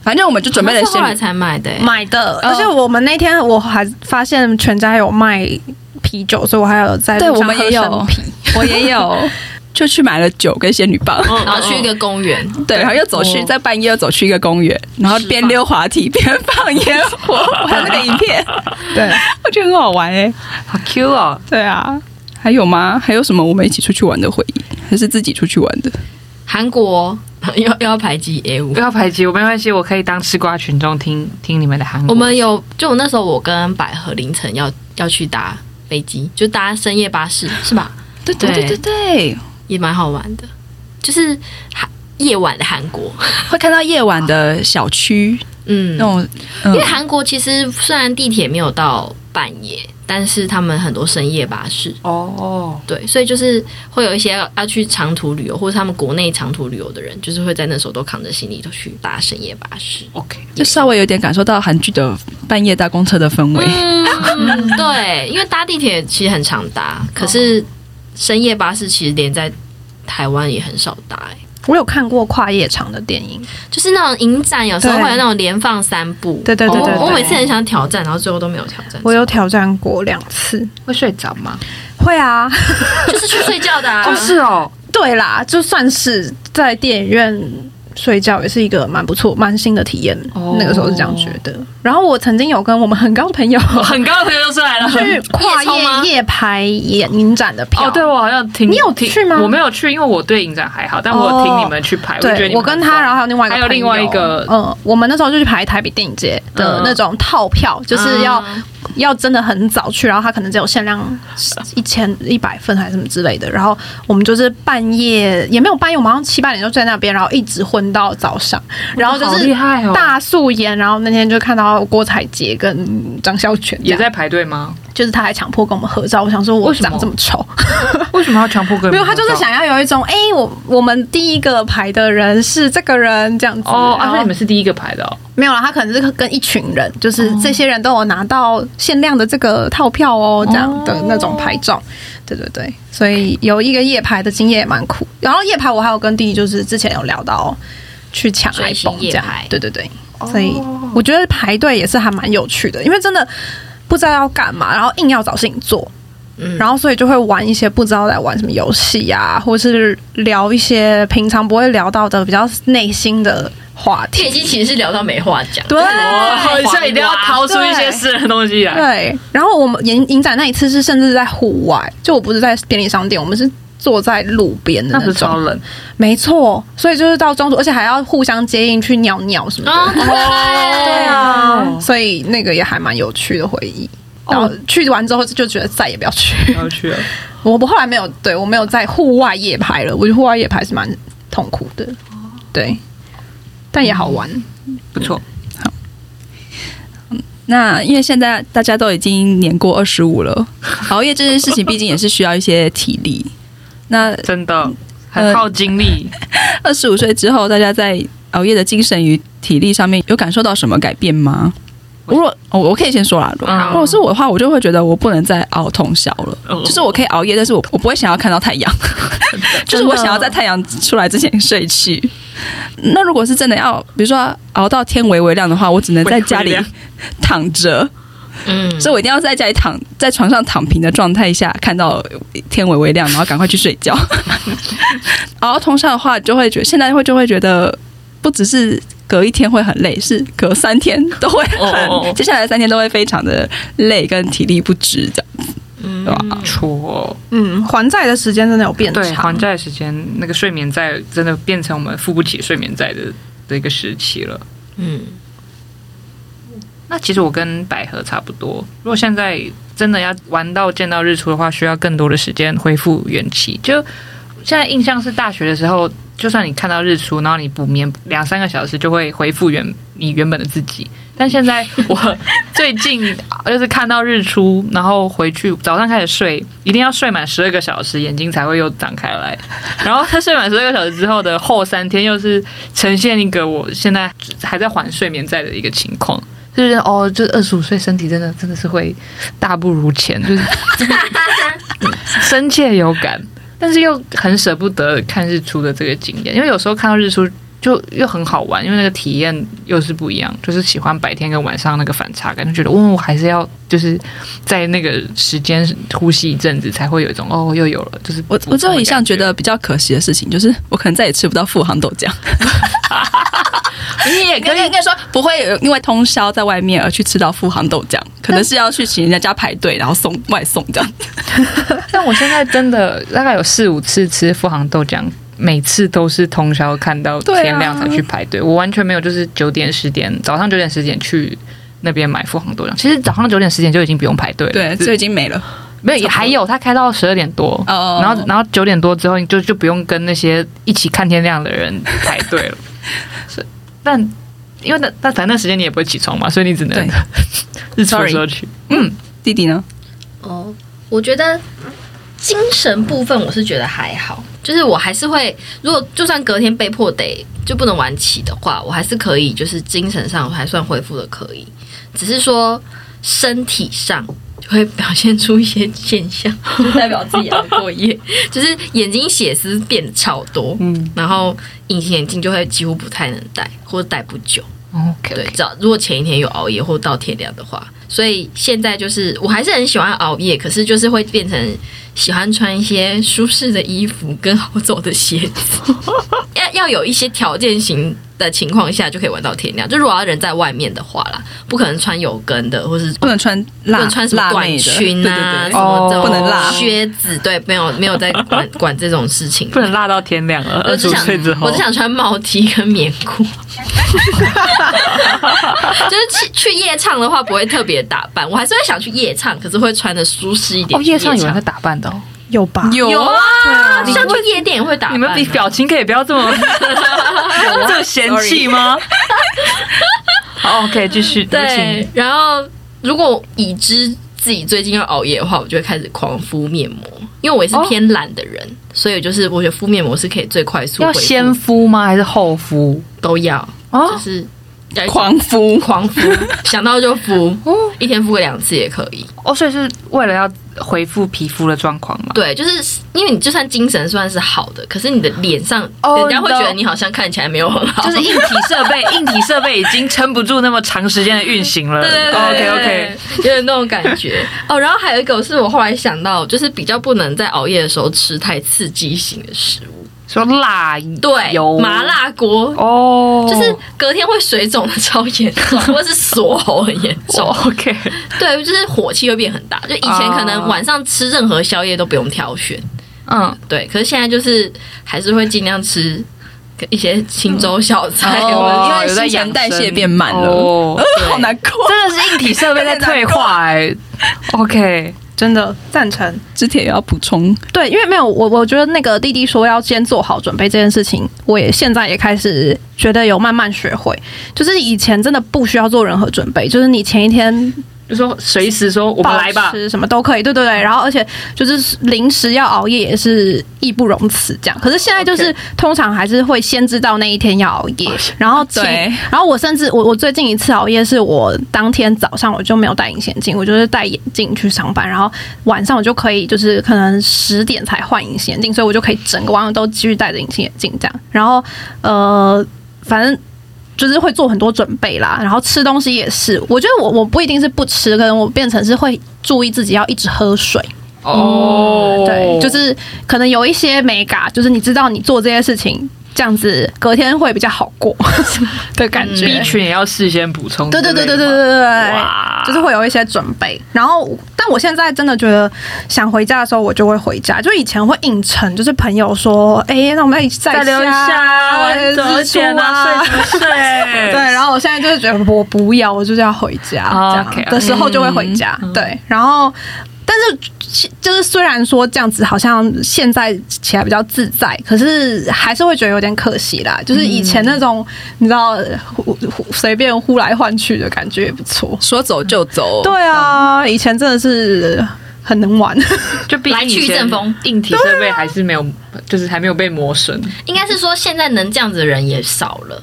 Speaker 1: 反正我们就准备了
Speaker 2: 是
Speaker 1: 仙
Speaker 2: 后来
Speaker 1: 女。
Speaker 2: 才买的、欸，
Speaker 4: 买的。呃而且我们那天我还发现全家有卖啤酒，所以我还有在
Speaker 1: 对，
Speaker 4: 路
Speaker 1: 我
Speaker 4: 上
Speaker 1: 们
Speaker 4: 喝
Speaker 1: 也有
Speaker 4: 生啤。，
Speaker 1: 我也有，就去买了酒跟仙女 棒，
Speaker 2: 然后去一个公园，
Speaker 1: 对，然后又走
Speaker 2: 哦
Speaker 1: 去在半夜又走去一个公园，然后边溜滑梯 边放烟火，我还有那个影片，
Speaker 4: 对，
Speaker 1: 我觉得很好玩哎、
Speaker 3: 好 Q 哦。
Speaker 1: 对啊，还有吗？还有什么我们一起出去玩的回忆，还是自己出去玩的？
Speaker 2: 韩国 又又要排挤 A 五
Speaker 3: 不。要排挤我，没关系，我可以当吃瓜群众听听你们的韩国。
Speaker 2: 我们有，就我那时候我跟百合凌晨要要去搭飞机，就搭深夜巴士是吧？
Speaker 1: 对
Speaker 2: 对对对
Speaker 1: 对，
Speaker 2: 也蛮好玩的，就是韩夜晚的韩国，
Speaker 1: 会看到夜晚的小区
Speaker 2: 嗯
Speaker 1: 那，种，
Speaker 2: 因
Speaker 1: 嗯
Speaker 2: 为韩国其实虽然地铁没有到半夜，但是他们很多深夜巴士，
Speaker 3: 哦，
Speaker 2: 对，所以就是会有一些要要去长途旅游或者他们国内长途旅游的人，就是会在那时候都扛着行李都去搭深夜巴士。
Speaker 3: OK，
Speaker 1: 就稍微有点感受到韩剧的半夜搭公车的氛围。
Speaker 2: 嗯，对，因为搭地铁其实很常搭，可是深夜巴士其实连在台湾也很少搭、欸，
Speaker 4: 我有看过跨夜场的电影。
Speaker 2: 就是那种影展有时候
Speaker 4: 对
Speaker 2: 会有那种连放三部。
Speaker 4: 对对对对
Speaker 2: 我我
Speaker 4: 对
Speaker 2: 每次很想挑战，然后最后都没有挑战。
Speaker 4: 我有挑战过两次，
Speaker 3: 会睡着吗？
Speaker 4: 会啊，
Speaker 2: 就是去睡觉的、啊，
Speaker 3: 哦，是哦，
Speaker 4: 对啦，就算是在电影院睡觉，也是一个蛮不错、蛮新的体验。
Speaker 3: 哦
Speaker 4: 那个时候是这样觉得。然后我曾经有跟我们很高的朋友
Speaker 3: 很高的朋友都出来了。
Speaker 4: 去跨
Speaker 2: 夜冲吗
Speaker 4: 夜夜排演影展的票。
Speaker 3: 哦，对，我好像听
Speaker 4: 你有
Speaker 3: 听
Speaker 4: 去吗哦
Speaker 3: 我没有去，因为我对影展还好，但我有听你们去排，我就觉得
Speaker 4: 对
Speaker 3: 你们
Speaker 4: 我跟他，然后还有另外一个
Speaker 3: 还有
Speaker 4: 朋友
Speaker 3: 另外一个
Speaker 4: 嗯，我们那时候就去排台北电影节
Speaker 3: 嗯
Speaker 4: 的
Speaker 3: 啊
Speaker 4: 那种套票，就是要要真的很早去，然后它可能只有限量一千一百份还是什么之类的。然后我们就是半夜也没有半夜，我们好像七八点就在那边，然后一直混到早上，然后就
Speaker 3: 好
Speaker 4: 是
Speaker 3: 厉害哦
Speaker 4: 大素颜。然后那天就看到郭采洁跟张孝全这
Speaker 3: 也
Speaker 4: 样，
Speaker 3: 在排队吗？
Speaker 4: 就是他还强迫跟我们合照。我想说，我
Speaker 3: 为什么
Speaker 4: 长这么丑，
Speaker 3: 为什么要强迫跟？
Speaker 4: 没有，他就是想要有一种，哎、我我们第一个排的人是这个人这样子。
Speaker 3: 哦，啊，
Speaker 4: 然后
Speaker 3: 所以你们是第一个排的哦。
Speaker 4: 没有啦，他可能是跟一群人，就是这些人都有拿到限量的这个套票哦，这样的那种拍
Speaker 2: 哦
Speaker 4: 照。对对对，所以有一个夜排的经验也蛮酷。然后夜排我还有跟弟弟，就是之前有聊到去抢
Speaker 2: 追
Speaker 4: iPhone
Speaker 2: 星
Speaker 4: 这
Speaker 2: 夜
Speaker 4: 样
Speaker 2: 排，
Speaker 4: 对对对，所以我觉得排队也是还蛮有趣的，因为真的不知道要干嘛，然后硬要找事情做。
Speaker 2: 嗯
Speaker 4: 然后所以就会玩一些不知道在玩什么啊游戏呀，或是聊一些平常不会聊到的比较内心的话
Speaker 2: 这已
Speaker 4: 题。
Speaker 2: 经其实是聊到没话讲，
Speaker 4: 对，
Speaker 3: 哇，现在一定要掏出一些
Speaker 4: 对
Speaker 3: 私人的东西来。
Speaker 4: 对，然后我们影影展那一次是甚至在户外，就我不是在便利商店，我们是坐在路边的
Speaker 3: 那不是超
Speaker 4: 种，
Speaker 3: 冷，
Speaker 4: 没错，所以就是到中途，而且还要互相接应去尿尿什么的，
Speaker 2: 啊，对
Speaker 3: 啊，
Speaker 4: 所以那个也还蛮有趣的回忆。
Speaker 3: 哦
Speaker 4: 然后去完之后就觉得再也不要去，
Speaker 3: 要去哦了。
Speaker 4: 我我后来没有，对我没有在户外夜排了，我觉得户外夜排是蛮痛苦的，对，但也好玩。
Speaker 3: 不错，
Speaker 4: 嗯
Speaker 1: 那因为现在大家都已经年过二十五了，熬夜这件事情毕竟也是需要一些体力。那
Speaker 3: 真的
Speaker 4: 呃
Speaker 3: 很耗精力。
Speaker 1: 二十五岁之后，大家在熬夜的精神与体力上面有感受到什么改变吗？如果哦，我可以先说啦。如果
Speaker 3: 嗯哦
Speaker 1: 如果是我的话，我就会觉得我不能再熬通宵了。就是我可以熬夜，但是我我不会想要看到太 阳，就是
Speaker 3: 啊
Speaker 1: 我想要在太阳出来之前睡去。那如果是真的要，比如说熬到天微微亮的话，我只能在家里
Speaker 3: 微微亮
Speaker 1: 躺着，
Speaker 2: 嗯，
Speaker 1: 所以我一定要在家里躺在床上躺平的状态下，看到天微微亮，然后赶快去睡 觉。熬到通宵的话，就会觉得现在会就会觉得，不只是隔一天会很累，是隔三天都会很，
Speaker 3: 哦哦哦
Speaker 1: 接下来三天都会非常的累，跟体力不支这样。
Speaker 2: 嗯
Speaker 1: 对
Speaker 4: 啊
Speaker 1: 吧
Speaker 3: 错，
Speaker 4: 嗯，还债的时间真的有变
Speaker 3: 哦对，
Speaker 4: 长
Speaker 3: 还，债的时间，那个睡眠债真的变成我们付不起睡眠债的的一个时期了。
Speaker 2: 嗯，
Speaker 3: 那其实我跟百合差不多，如果现在真的要玩到见到日出的话，需要更多的时间恢复元气。就现在印象是大学的时候，就算你看到日出，然后你补眠两三个小时，就会恢复原你原本的自己。但现在我最近就是看到日出，然后回去早上开始睡，一定要睡满十二个小时，眼睛才会又长开来。然后他睡满十二个小时之后的后三天，又是呈现一个我现在还在还睡眠债的一个情况。就是哦，就是二十五岁，身体真的真的是会大不如前，就是 真的深切有感，但是又很舍不得看日出的这个经验，因为有时候看到日出就又很好玩，因为那个体验又是不一样，就是喜欢白天跟晚上那个反差感，就觉得哦，我还是要就是在那个时间呼吸一阵子，才会有一种哦又有了，就是
Speaker 1: 我我只有一项觉
Speaker 3: 不同
Speaker 1: 得
Speaker 3: 的
Speaker 1: 比较可惜的事情，就是我可能再也吃不到富航豆浆。 你也可以跟你说，不会有因为通宵在外面而去吃到富航豆浆，可能是要去请人家家排队，然后送外送这样。
Speaker 3: 但我现在真的大概有四五次吃富航豆浆，每次都是通宵看到天亮才去排队，我完全没有就是九点十点早上九点十点去。那边买富航豆浆，其实早上九点十点就已经不用排队了。
Speaker 1: 对，
Speaker 3: 只
Speaker 1: 这已经没了。
Speaker 3: 没有，也还有他开到十二点多，
Speaker 1: 哦
Speaker 3: 然后然后九点多之后你就就不用跟那些一起看天亮的人排队了。是，但因为那但反正那时间你也不会起床嘛，所以你只能
Speaker 1: 对
Speaker 3: 日出的时候
Speaker 1: Sorry
Speaker 3: 去。
Speaker 1: 弟弟呢？
Speaker 2: 哦，我觉得精神部分我是觉得还好，就是我还是会，如果就算隔天被迫得就不能晚起的话，我还是可以，就是精神上还算恢复的可以，只是说身体上。就会表现出一些现象，就代表自己熬过夜，就是眼睛血丝变得超多，嗯，然后隐形眼镜就会几乎不太能戴，或者戴不久。
Speaker 3: 哦 OK，
Speaker 2: 对，只要如果前一天有熬夜或到天亮的话，所以现在就是我还是很喜欢熬夜，可是就是会变成喜欢穿一些舒适的衣服跟好走的鞋子， 要要有一些条件型的情况下就可以玩到天亮。就如果要人在外面的话啦，不可能穿有跟的，或是
Speaker 1: 不能穿
Speaker 2: 不
Speaker 1: 辣
Speaker 2: 能穿什么
Speaker 1: 辣妹
Speaker 2: 短
Speaker 1: 的，
Speaker 2: 裙啊，
Speaker 1: 对对 对，
Speaker 2: 什么这
Speaker 3: 哦
Speaker 2: 种
Speaker 1: 不能辣
Speaker 2: 靴子，对，没有没有在管管这种事情
Speaker 3: 不。能落到天亮了，
Speaker 2: 我
Speaker 3: 二
Speaker 2: 只
Speaker 3: 十五
Speaker 2: 呃想
Speaker 3: 岁之，后
Speaker 2: 我只想穿毛 T 跟棉裤。 就是去去夜唱的话，不会特别打扮，我还是会想去夜唱，可是会穿的舒适一点。
Speaker 3: 哦，夜上有人会打扮的、哦，
Speaker 4: 有吧？
Speaker 1: 有
Speaker 2: 有
Speaker 1: 啊，
Speaker 2: 啊，像去夜店也会打扮啊。
Speaker 3: 哦你们比表情可以不要这么 这么嫌弃吗？ 好，OK，继续，对不
Speaker 2: 对
Speaker 3: 起，，
Speaker 2: 然后如果已知自己最近要熬夜的话，我就会开始狂敷面膜，因为我也是
Speaker 3: 哦
Speaker 2: 偏懒的人，所以就是我觉得敷面膜是可以最快速
Speaker 3: 要
Speaker 2: 恢复
Speaker 3: 先敷吗？还是后敷？
Speaker 2: 都要，就
Speaker 3: 哦，
Speaker 2: 是要一直
Speaker 1: 狂敷。
Speaker 2: 狂敷，想到就 敷，一天敷个两次也可以。
Speaker 3: 哦，所以是为了要恢复皮肤的状况嘛？
Speaker 2: 对，就是因为你就算精神算是好的，可是你的脸上，
Speaker 3: 哦
Speaker 2: 人家会
Speaker 3: 你
Speaker 2: 觉
Speaker 3: 懂
Speaker 2: 得你好像看起来没有很好，
Speaker 3: 就是硬体设 备，硬体设备已经撑不住那么长时间的哦运行了。
Speaker 2: 对对对
Speaker 3: OK OK，
Speaker 2: 有点那种感 觉哦。然后还有一个是我后来想到，就是比较不能在熬夜的时候吃太刺激型的食物，
Speaker 3: 说辣
Speaker 2: 对，
Speaker 3: 油
Speaker 2: 麻辣锅。
Speaker 3: 哦，
Speaker 2: 就是隔天会水肿的超严 重，或是锁喉很严重。
Speaker 3: 哦 OK，
Speaker 2: 对，就是火气会变很大。就以前可能
Speaker 3: 啊
Speaker 2: 晚上吃任何宵夜都不用挑选，
Speaker 3: 嗯，
Speaker 2: 对。可是现在就是还是会尽量吃一些青
Speaker 3: 嗯
Speaker 2: 州小菜，
Speaker 1: 哦
Speaker 2: 或者
Speaker 1: 因为
Speaker 3: 有在
Speaker 1: 新陈
Speaker 3: 养
Speaker 1: 代谢
Speaker 3: 生
Speaker 1: 变慢了
Speaker 3: 哦
Speaker 2: 对
Speaker 1: 好难过，
Speaker 3: 真的是硬体设备在退化哎、OK，
Speaker 4: 真的赞成。
Speaker 1: 之前也要补充，
Speaker 4: 对，因为没有我，我觉得那个弟弟说要先做好准备这件事情，我也现在也开始觉得有慢慢学会，就是以前真的不需要做任何准备，就是你前一天
Speaker 3: 就说随时说我们来吧，
Speaker 4: 吃什么都可以，对对对。然后而且就是零食要熬夜也是义不容辞这样。可是现在就是
Speaker 3: OK
Speaker 4: 通常还是会先知道那一天要熬夜，然后前
Speaker 1: 对
Speaker 4: 然后我甚至我我最近一次熬夜是我当天早上我就没有戴隐形眼镜，我就是戴眼镜去上班，然后晚上我就可以就是可能十点才换隐形眼镜，所以我就可以整个晚上都继续戴着隐形眼镜这样。然后呃，反正就是会做很多准备啦，然后吃东西也是。我觉得我我不一定是不吃，可能我变成是会注意自己要一直喝水。
Speaker 3: 哦、
Speaker 4: 对，就是可能有一些美嘎，就是你知道你做这些事情，这样子隔天会比较好过
Speaker 3: 哦
Speaker 4: 的感觉。
Speaker 3: B 群也要事先补充之
Speaker 4: 对
Speaker 3: 类
Speaker 4: 对
Speaker 3: 的吗，
Speaker 4: 对对对对对对，
Speaker 3: 哇，
Speaker 4: 就是会有一些准备。然后，但我现在真的觉得想回家的时候，我就会回家。就以前会硬撑，就是朋友说：“哎、那我们一起再
Speaker 3: 再留一下，
Speaker 4: 我
Speaker 3: 我早点啊，睡什么睡？
Speaker 4: 对，然后我现在就是觉得我不要，我就是要回家，
Speaker 3: 哦嗯
Speaker 4: 这样
Speaker 3: OK，
Speaker 4: 的时候就会回家。对，然后但是就是虽然说这样子好像现在起来比较自在，可是还是会觉得有点可惜啦。就是以前那种、你知道呼呼随便呼来唤去的感觉也不错。
Speaker 1: 说走就走，
Speaker 4: 对啊，以前真的是很能玩。
Speaker 3: 就毕
Speaker 2: 来
Speaker 3: 竟
Speaker 2: 去
Speaker 3: 以前
Speaker 2: 阵风
Speaker 3: 硬体设备还是没有，就是还没有被磨损。
Speaker 2: 应该是说现在能这样子的人也少了。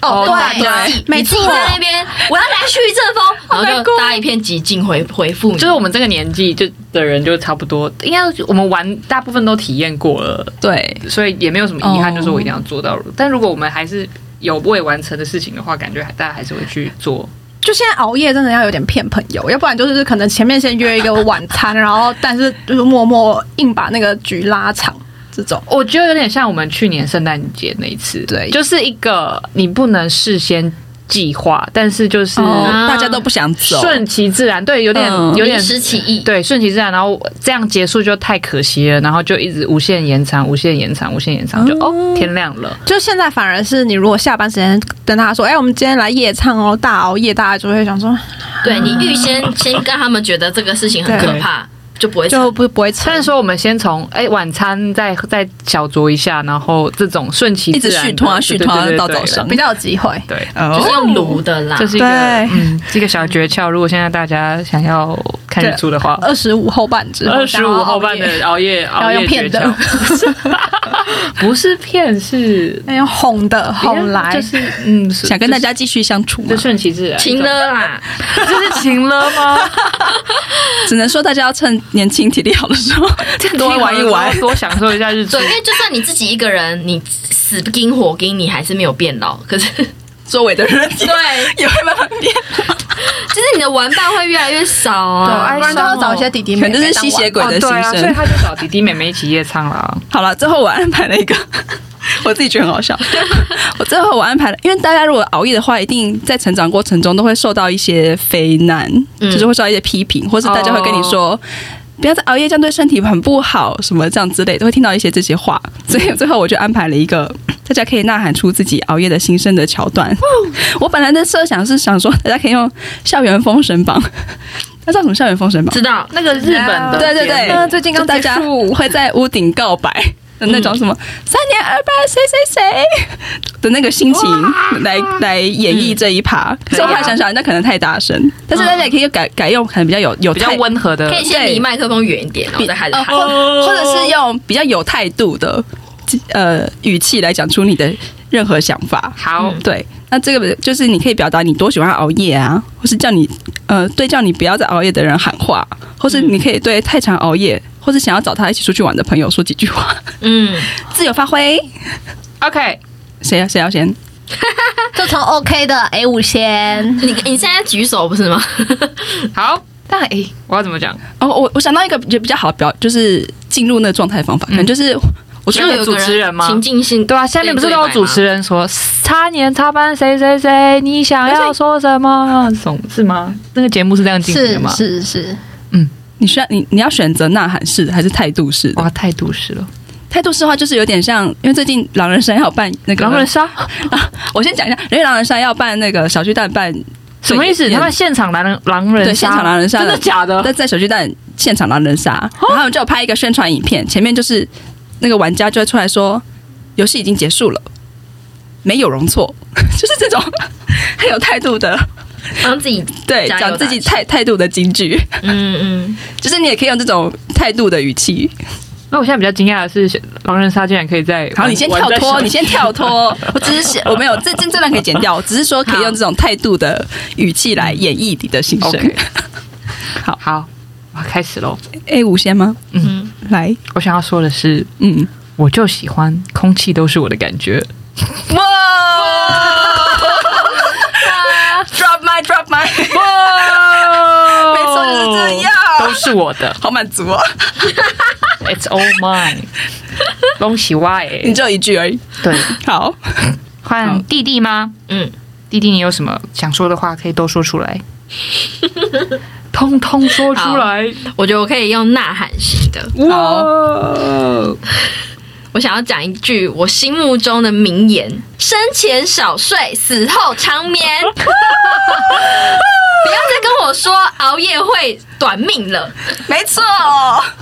Speaker 3: 哦
Speaker 2: 对
Speaker 4: 对，
Speaker 2: 你
Speaker 4: 没
Speaker 2: 自
Speaker 4: 错
Speaker 2: 己。在那边，我要来去阵风，然后就大家一片寂静回回复你，
Speaker 3: 就是我们这个年纪就的人就差不多，应该我们玩大部分都体验过了，
Speaker 1: 对，
Speaker 3: 所以也没有什么遗憾，
Speaker 1: 哦
Speaker 3: 就是我一定要做到。但如果我们还是有未完成的事情的话，感觉还大家还是会去做。
Speaker 4: 就现在熬夜真的要有点骗朋友，要不然就是可能前面先约一个晚餐，然后但是就是默默硬把那个局拉长这种。
Speaker 3: 我觉得有点像我们去年圣诞节那一次，
Speaker 4: 对
Speaker 3: 就是一个你不能事先计划，但是就是
Speaker 1: 哦，大家都不想走，
Speaker 3: 顺其自然，对，有点、
Speaker 1: 嗯
Speaker 3: 有点
Speaker 2: 临时起意，
Speaker 3: 对，顺其自然，然后这样结束就太可惜了，然后就一直无限延长，无限延长，无限延长，就哦天亮了，
Speaker 4: 就现在反而是你如果下班时间跟大家说，哎、我们今天来夜唱哦，大熬夜，大家就会想说，
Speaker 2: 对你预先先跟他们觉得这个事情很可怕，就不会
Speaker 4: 就
Speaker 2: 成。
Speaker 4: 不不会
Speaker 3: 虽
Speaker 4: 撑
Speaker 3: 然。说我们先从哎、晚餐再再小酌一下，然后这种顺其
Speaker 1: 一直
Speaker 3: 自然的
Speaker 1: 续拖续拖
Speaker 3: 对对对
Speaker 1: 到
Speaker 3: 对
Speaker 1: 早上
Speaker 4: 比较有机会，
Speaker 3: 对，
Speaker 2: 就
Speaker 1: 哦
Speaker 2: 是用炉的啦
Speaker 3: 这，是一个
Speaker 4: 对
Speaker 3: 嗯是一个小诀窍。如果现在大家想要看日出的话，
Speaker 4: 二十五后半之后，
Speaker 3: 二十五后半的熬夜熬
Speaker 4: 要
Speaker 3: 夜
Speaker 4: 用
Speaker 3: 诀
Speaker 4: 骗的
Speaker 3: 窍，不是骗是
Speaker 4: 那种哄的哄来，
Speaker 3: 就是嗯是
Speaker 1: 想跟大家继续相处嘛
Speaker 3: 就，顺其自然，
Speaker 2: 停了啦，
Speaker 3: 这是情了吗？
Speaker 1: 只能说大家要趁年轻体力好的时候 多玩一玩。
Speaker 3: 多享受一下日出
Speaker 2: 对，。因为就算你自己一个人，你死不盯火盯，你还是没有变老。 可是，
Speaker 1: 周围的人
Speaker 2: 对，
Speaker 1: 也会慢慢变，
Speaker 2: 就是你的玩伴会越来越少
Speaker 4: 对，
Speaker 2: 啊。
Speaker 4: 不然就要找一些弟弟妹
Speaker 1: 可
Speaker 4: 妹
Speaker 1: 能
Speaker 4: 当
Speaker 1: 就
Speaker 4: 玩，
Speaker 1: 是吸血鬼的心
Speaker 3: 对啊，所以
Speaker 1: 声。
Speaker 3: 他就找弟弟妹妹一起夜唱 啦。
Speaker 1: 好了，最后我安排了一个， 我自己觉得很好笑。我最后我安排了，因为大家如果熬夜的话，一定在成长过程中都会受到一些非难，
Speaker 2: 嗯
Speaker 1: 就是会受到一些批评，或是大家会跟你说。不要再熬夜，这样对身体很不好，什么这样之类的，都会听到一些这些话。所以最 后我就安排了一个大家可以呐喊出自己熬夜的心声的桥段。我本来的设想是想说，大家可以用校园封神榜， 那叫什么校园封神榜？
Speaker 2: 知道，
Speaker 3: 那个日本的
Speaker 1: 对对对，
Speaker 4: 嗯最近刚
Speaker 1: 就大
Speaker 4: 结
Speaker 1: 家
Speaker 4: 束
Speaker 1: 会在屋顶告白的那种什么、三年二班谁谁谁的那个心情来来演绎这一趴。所以我还想想，那可能太大声，嗯但是大家也可以改改用可能比较有有
Speaker 3: 比较
Speaker 1: 态
Speaker 3: 温和的
Speaker 2: 可以先离
Speaker 1: 对
Speaker 2: 麦克风远一点，然后哦再开始
Speaker 1: 呃
Speaker 2: 喊。
Speaker 1: 或或者是用比较有态度的呃语气来讲出你的任何想法。
Speaker 3: 好
Speaker 1: 对，那这个就是你可以表达你多喜欢熬夜啊，或是叫你呃对叫你不要再熬夜的人喊话，或是你可以对太常熬夜或是想要找他一起出去玩的朋友说几句话，
Speaker 2: 嗯，
Speaker 1: 自由发挥。
Speaker 3: OK，
Speaker 1: 谁要谁要先？
Speaker 4: 就从 OK 的 A 五先，
Speaker 2: 你你现在举手不是吗？
Speaker 3: 好。但哎，我要怎么讲？
Speaker 1: 哦，我我想到一个就比较好表，就是进入那个状态的方法，可能就是。我觉
Speaker 2: 要
Speaker 1: 得
Speaker 2: 有
Speaker 3: 主
Speaker 2: 个
Speaker 3: 持人吗
Speaker 2: 情境性
Speaker 3: 对啊，下面不是都有主持
Speaker 2: 人？
Speaker 3: 人说插年插班谁谁谁，你想要说什么？总是吗？那个节目是这样进行的
Speaker 4: 是
Speaker 3: 吗？
Speaker 4: 是是，
Speaker 1: 你需要你你要选择呐喊式的还是态度式的？
Speaker 3: 哇，太都市了，
Speaker 1: 态度式的话就是有点像，因为最近狼人杀要办那个
Speaker 3: 狼人杀
Speaker 1: 我先讲一下，因为狼人杀要办那个小巨蛋办
Speaker 3: 什么意思？他们现场狼人狼人杀
Speaker 1: 对现场狼人杀
Speaker 3: 真的假的？
Speaker 1: 在在小巨蛋现场狼人杀，然后他们就有拍一个宣传影片，前面就是那个玩家就会出来说游戏已经结束了，没有容错， 就是这种很有态度的，
Speaker 2: 让自己
Speaker 1: 对，
Speaker 2: 加油
Speaker 1: 讲自己
Speaker 2: 打气
Speaker 1: 态态度的金句，
Speaker 2: 嗯嗯，
Speaker 1: 就是你也可以用这种态度的语气。
Speaker 3: 那我现在比较惊讶的是，狼人杀竟然可以在
Speaker 1: 好，你先跳脱，你先跳 脱，我只是写我没有这这这段可以剪掉，我只是说可以
Speaker 2: 好
Speaker 1: 用这种态度的语气来演绎你的心声。
Speaker 3: OK
Speaker 1: 好
Speaker 3: 好，我要开始喽。
Speaker 1: A 哎五先吗？
Speaker 2: 嗯，
Speaker 1: 来，
Speaker 3: 我想要说的是，
Speaker 1: 嗯，
Speaker 3: 我就喜欢空气都是我的感觉。
Speaker 1: 哇！Drop my drop my，
Speaker 3: 哇，
Speaker 1: 没错就是这样
Speaker 3: 都是我的
Speaker 1: 好满足哦！
Speaker 3: ，It's all mine。恭喜 Y，
Speaker 1: 你只有一句而已。
Speaker 3: 对，
Speaker 1: 好，
Speaker 3: 换弟弟吗？
Speaker 2: 嗯，
Speaker 3: 弟弟，你有什么想说的话可以都说出来，通通说出来。
Speaker 2: 我觉得我可以用呐喊型的。
Speaker 3: 哇，
Speaker 2: 我想要讲一句我心目中的名言：生前少睡，死后长眠。 不要再跟我说熬夜会短命了，
Speaker 1: 没错，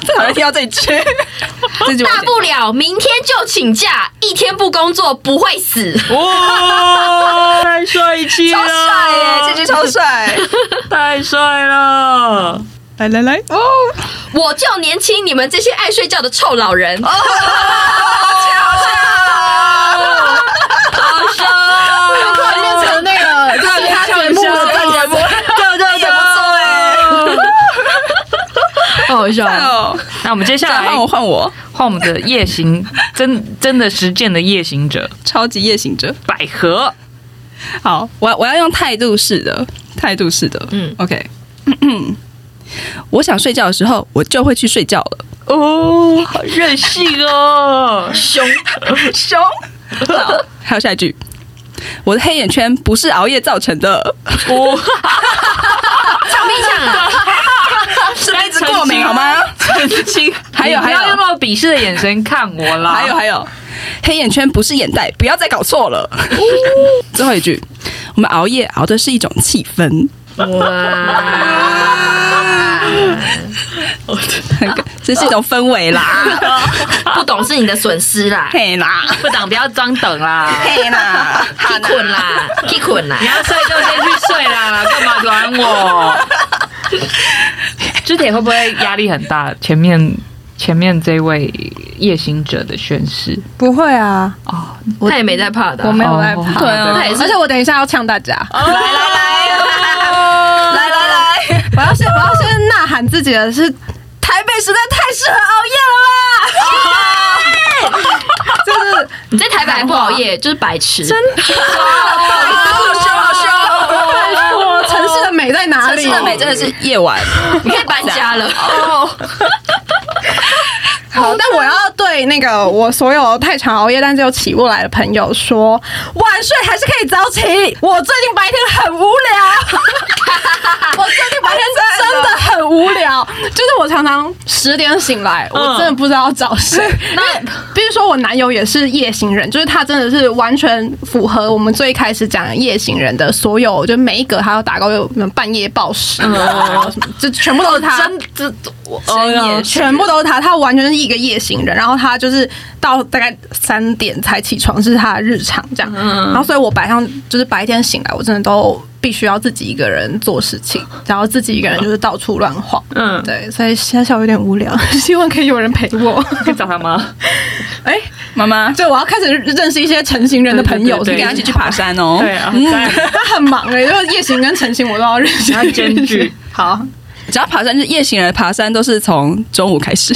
Speaker 1: 最讨厌听到这一 句。这句我
Speaker 2: 大不了明天就请假，一天不工作不会死。
Speaker 3: 哇，太帅气
Speaker 1: 超帅耶，这句超帅。
Speaker 3: 太帅了！
Speaker 1: 来来来，哦，
Speaker 2: 我就年轻，你们这些爱睡觉的臭老人。
Speaker 3: 哦啊
Speaker 4: 突然变成那个就是他节目的正
Speaker 1: 节目，对对对，不错哎。
Speaker 3: 好好笑
Speaker 1: 哎呦
Speaker 3: 那我们接下
Speaker 1: 再
Speaker 3: 来
Speaker 1: 换我换我，
Speaker 3: 换我们的夜行，真真的实践的夜行者
Speaker 1: 超级夜行者。
Speaker 3: 百合。
Speaker 1: 好，我我要用态度式的，态度式的，嗯
Speaker 2: 嗯
Speaker 1: ，OK。我想睡觉的时候，我就会去睡觉了。哦，
Speaker 3: 好任性哦！
Speaker 2: 凶，
Speaker 1: 凶。好还有下一句，我的黑眼圈不是熬夜造成的，
Speaker 3: 我
Speaker 2: 长命相啊！
Speaker 1: 是一直过敏好吗？
Speaker 3: 澄清，
Speaker 1: 还有
Speaker 3: 你不要
Speaker 1: 还有
Speaker 3: 用那种鄙视的眼神看我啦。
Speaker 1: 还有还有，黑眼圈不是眼袋，不要再搞错 了。最后一句，我们熬夜熬的是一种气氛，
Speaker 3: 啊
Speaker 2: 哇，
Speaker 1: 很这是一种氛围 啦，
Speaker 2: 不懂是你的损失啦，
Speaker 1: 嘿啦，
Speaker 3: 不等，不要装等啦。
Speaker 1: 嘿啦，
Speaker 2: 去困啦，去困啦
Speaker 3: 你。要睡就先去睡啦，干嘛管我？肢体会不会压力很大？前面前面这位夜行者的宣誓
Speaker 4: 不会啊，
Speaker 3: 哦，
Speaker 4: 我
Speaker 2: 他也没在怕的啊、
Speaker 4: 我没有在
Speaker 3: 哦
Speaker 4: 怕，
Speaker 1: 对啊
Speaker 2: 他也是
Speaker 4: 而且我等一下要呛大家，
Speaker 1: 来来来，来来来。
Speaker 4: 我要先我要先呐喊自己的是，台北实在太适合熬夜了啦，就是
Speaker 2: 你在台北还不熬夜，就是白痴。真
Speaker 4: 我城市的美在哪里？
Speaker 1: 真的美真的是夜晚，
Speaker 2: 你可以搬家了。哦
Speaker 4: 好，但我要对那个我所有太常熬夜但是又起不来的朋友说，晚睡还是可以早起。我最近白天很无聊，我最 近白天真的很无聊，就是我常常十点醒来，我真的不知道找谁。那比如说我男友也是夜行人，就是他真的是完全符合我们最开始讲的夜行人的所有，就每一个他要打勾，有半夜暴食，然后什么，就全部都是
Speaker 2: 哦
Speaker 4: 他。
Speaker 2: 这我
Speaker 3: 哦
Speaker 4: 深夜呃全部都是他，他完全是一个夜行人。然后他就是到大概三点才起床，是他的日常这样。
Speaker 3: 嗯
Speaker 4: 然后所以我白上就是白天醒来，我真的都必须要自己一个人做事情，然后自己一个人就是到处乱晃。
Speaker 3: 嗯，
Speaker 4: 对，所以小小有点无聊， 希望可以有人陪我。
Speaker 3: 可以找 他吗？
Speaker 4: 哎、
Speaker 1: 妈妈，
Speaker 4: 就我要开始认识一些成型人的朋友，
Speaker 3: 对
Speaker 1: 你
Speaker 3: 对
Speaker 1: 跟他一
Speaker 4: 是
Speaker 1: 起去
Speaker 4: 不是
Speaker 1: 爬山哦。
Speaker 3: 对啊，很赞
Speaker 4: 他很忙哎、因为夜行跟成型我都要认 识。
Speaker 3: 要兼具。
Speaker 4: 好，
Speaker 1: 只要爬山，就是夜行人爬山都是从中午开始，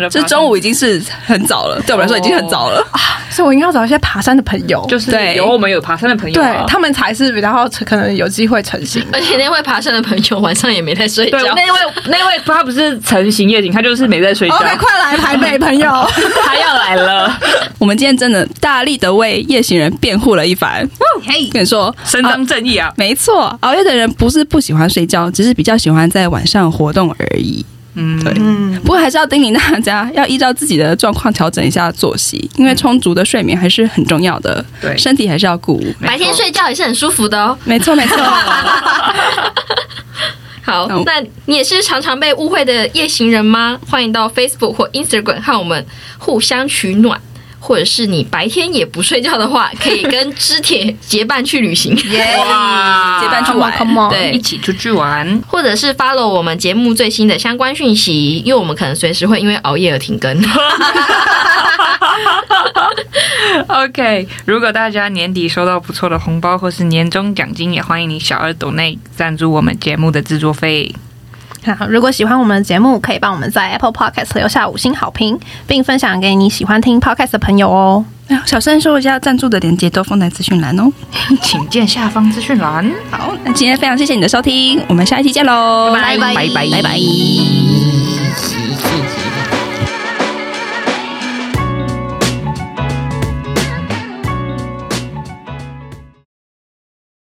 Speaker 1: 就
Speaker 3: 这
Speaker 1: 是中午已经是很早了，对我们来说已经很早了。
Speaker 3: 哦
Speaker 4: 所以我应该要找一些爬山的朋友，
Speaker 3: 就是
Speaker 1: 对
Speaker 3: 有我们有爬山的朋友啊、
Speaker 4: 对他们才是比较可能有机会成型的。
Speaker 2: 而且那位爬山的朋友晚上也没在睡觉
Speaker 3: 对，那位那位他不是成型夜景，他就是没在睡觉
Speaker 4: OK，快来台北 朋友，
Speaker 3: 他要来了，
Speaker 1: 啊我们今天真的大力的为夜行人辩护了一番。
Speaker 3: 哦
Speaker 4: 嘿，
Speaker 1: 跟你说，
Speaker 3: 伸张正义啊！
Speaker 1: 没错，熬夜的人不是不喜欢睡觉，只是比较喜欢在晚上活动而已。
Speaker 3: 嗯，
Speaker 1: 对
Speaker 4: 嗯，
Speaker 1: 不过还是要叮咛大家，要依照自己的状况调整一下作息，因为充足的睡眠还是很重要的，
Speaker 3: 嗯对
Speaker 1: 身体还是要顾。
Speaker 2: 白天睡觉也是很舒服的 哦。
Speaker 1: 没错， 没错。
Speaker 2: 好
Speaker 1: 那我，
Speaker 2: 那你也是常常被误会的夜行人吗？欢迎到 Facebook 或 Instagram 和我们互相取暖，或者是你白天也不睡觉的话，可以 跟知铁结伴去旅行，
Speaker 3: 哇
Speaker 1: 结伴去
Speaker 4: Come on,
Speaker 1: 玩
Speaker 4: come on
Speaker 3: 一
Speaker 2: 对，
Speaker 3: 起出去玩，
Speaker 2: 或者是 follow 我们节目最新的相关讯息，因为我们可能随时会因为熬夜而停 更。
Speaker 3: OK，如果大家年底收到不错的红包或是年终奖金，也欢迎你小额抖内赞助我们节目的制作费。
Speaker 4: 好，如果喜欢我们的节目，可以帮我们在 Apple Podcast 留下五星好评，并分享给你喜欢听 Podcast 的朋友哦。
Speaker 1: 哎小声说一下，赞助的链接都放在资讯栏哦。
Speaker 3: 请见下方资讯栏。
Speaker 1: 好，那今天非常谢谢你的收听，我们下一期见喽，
Speaker 3: 拜拜
Speaker 1: 拜拜。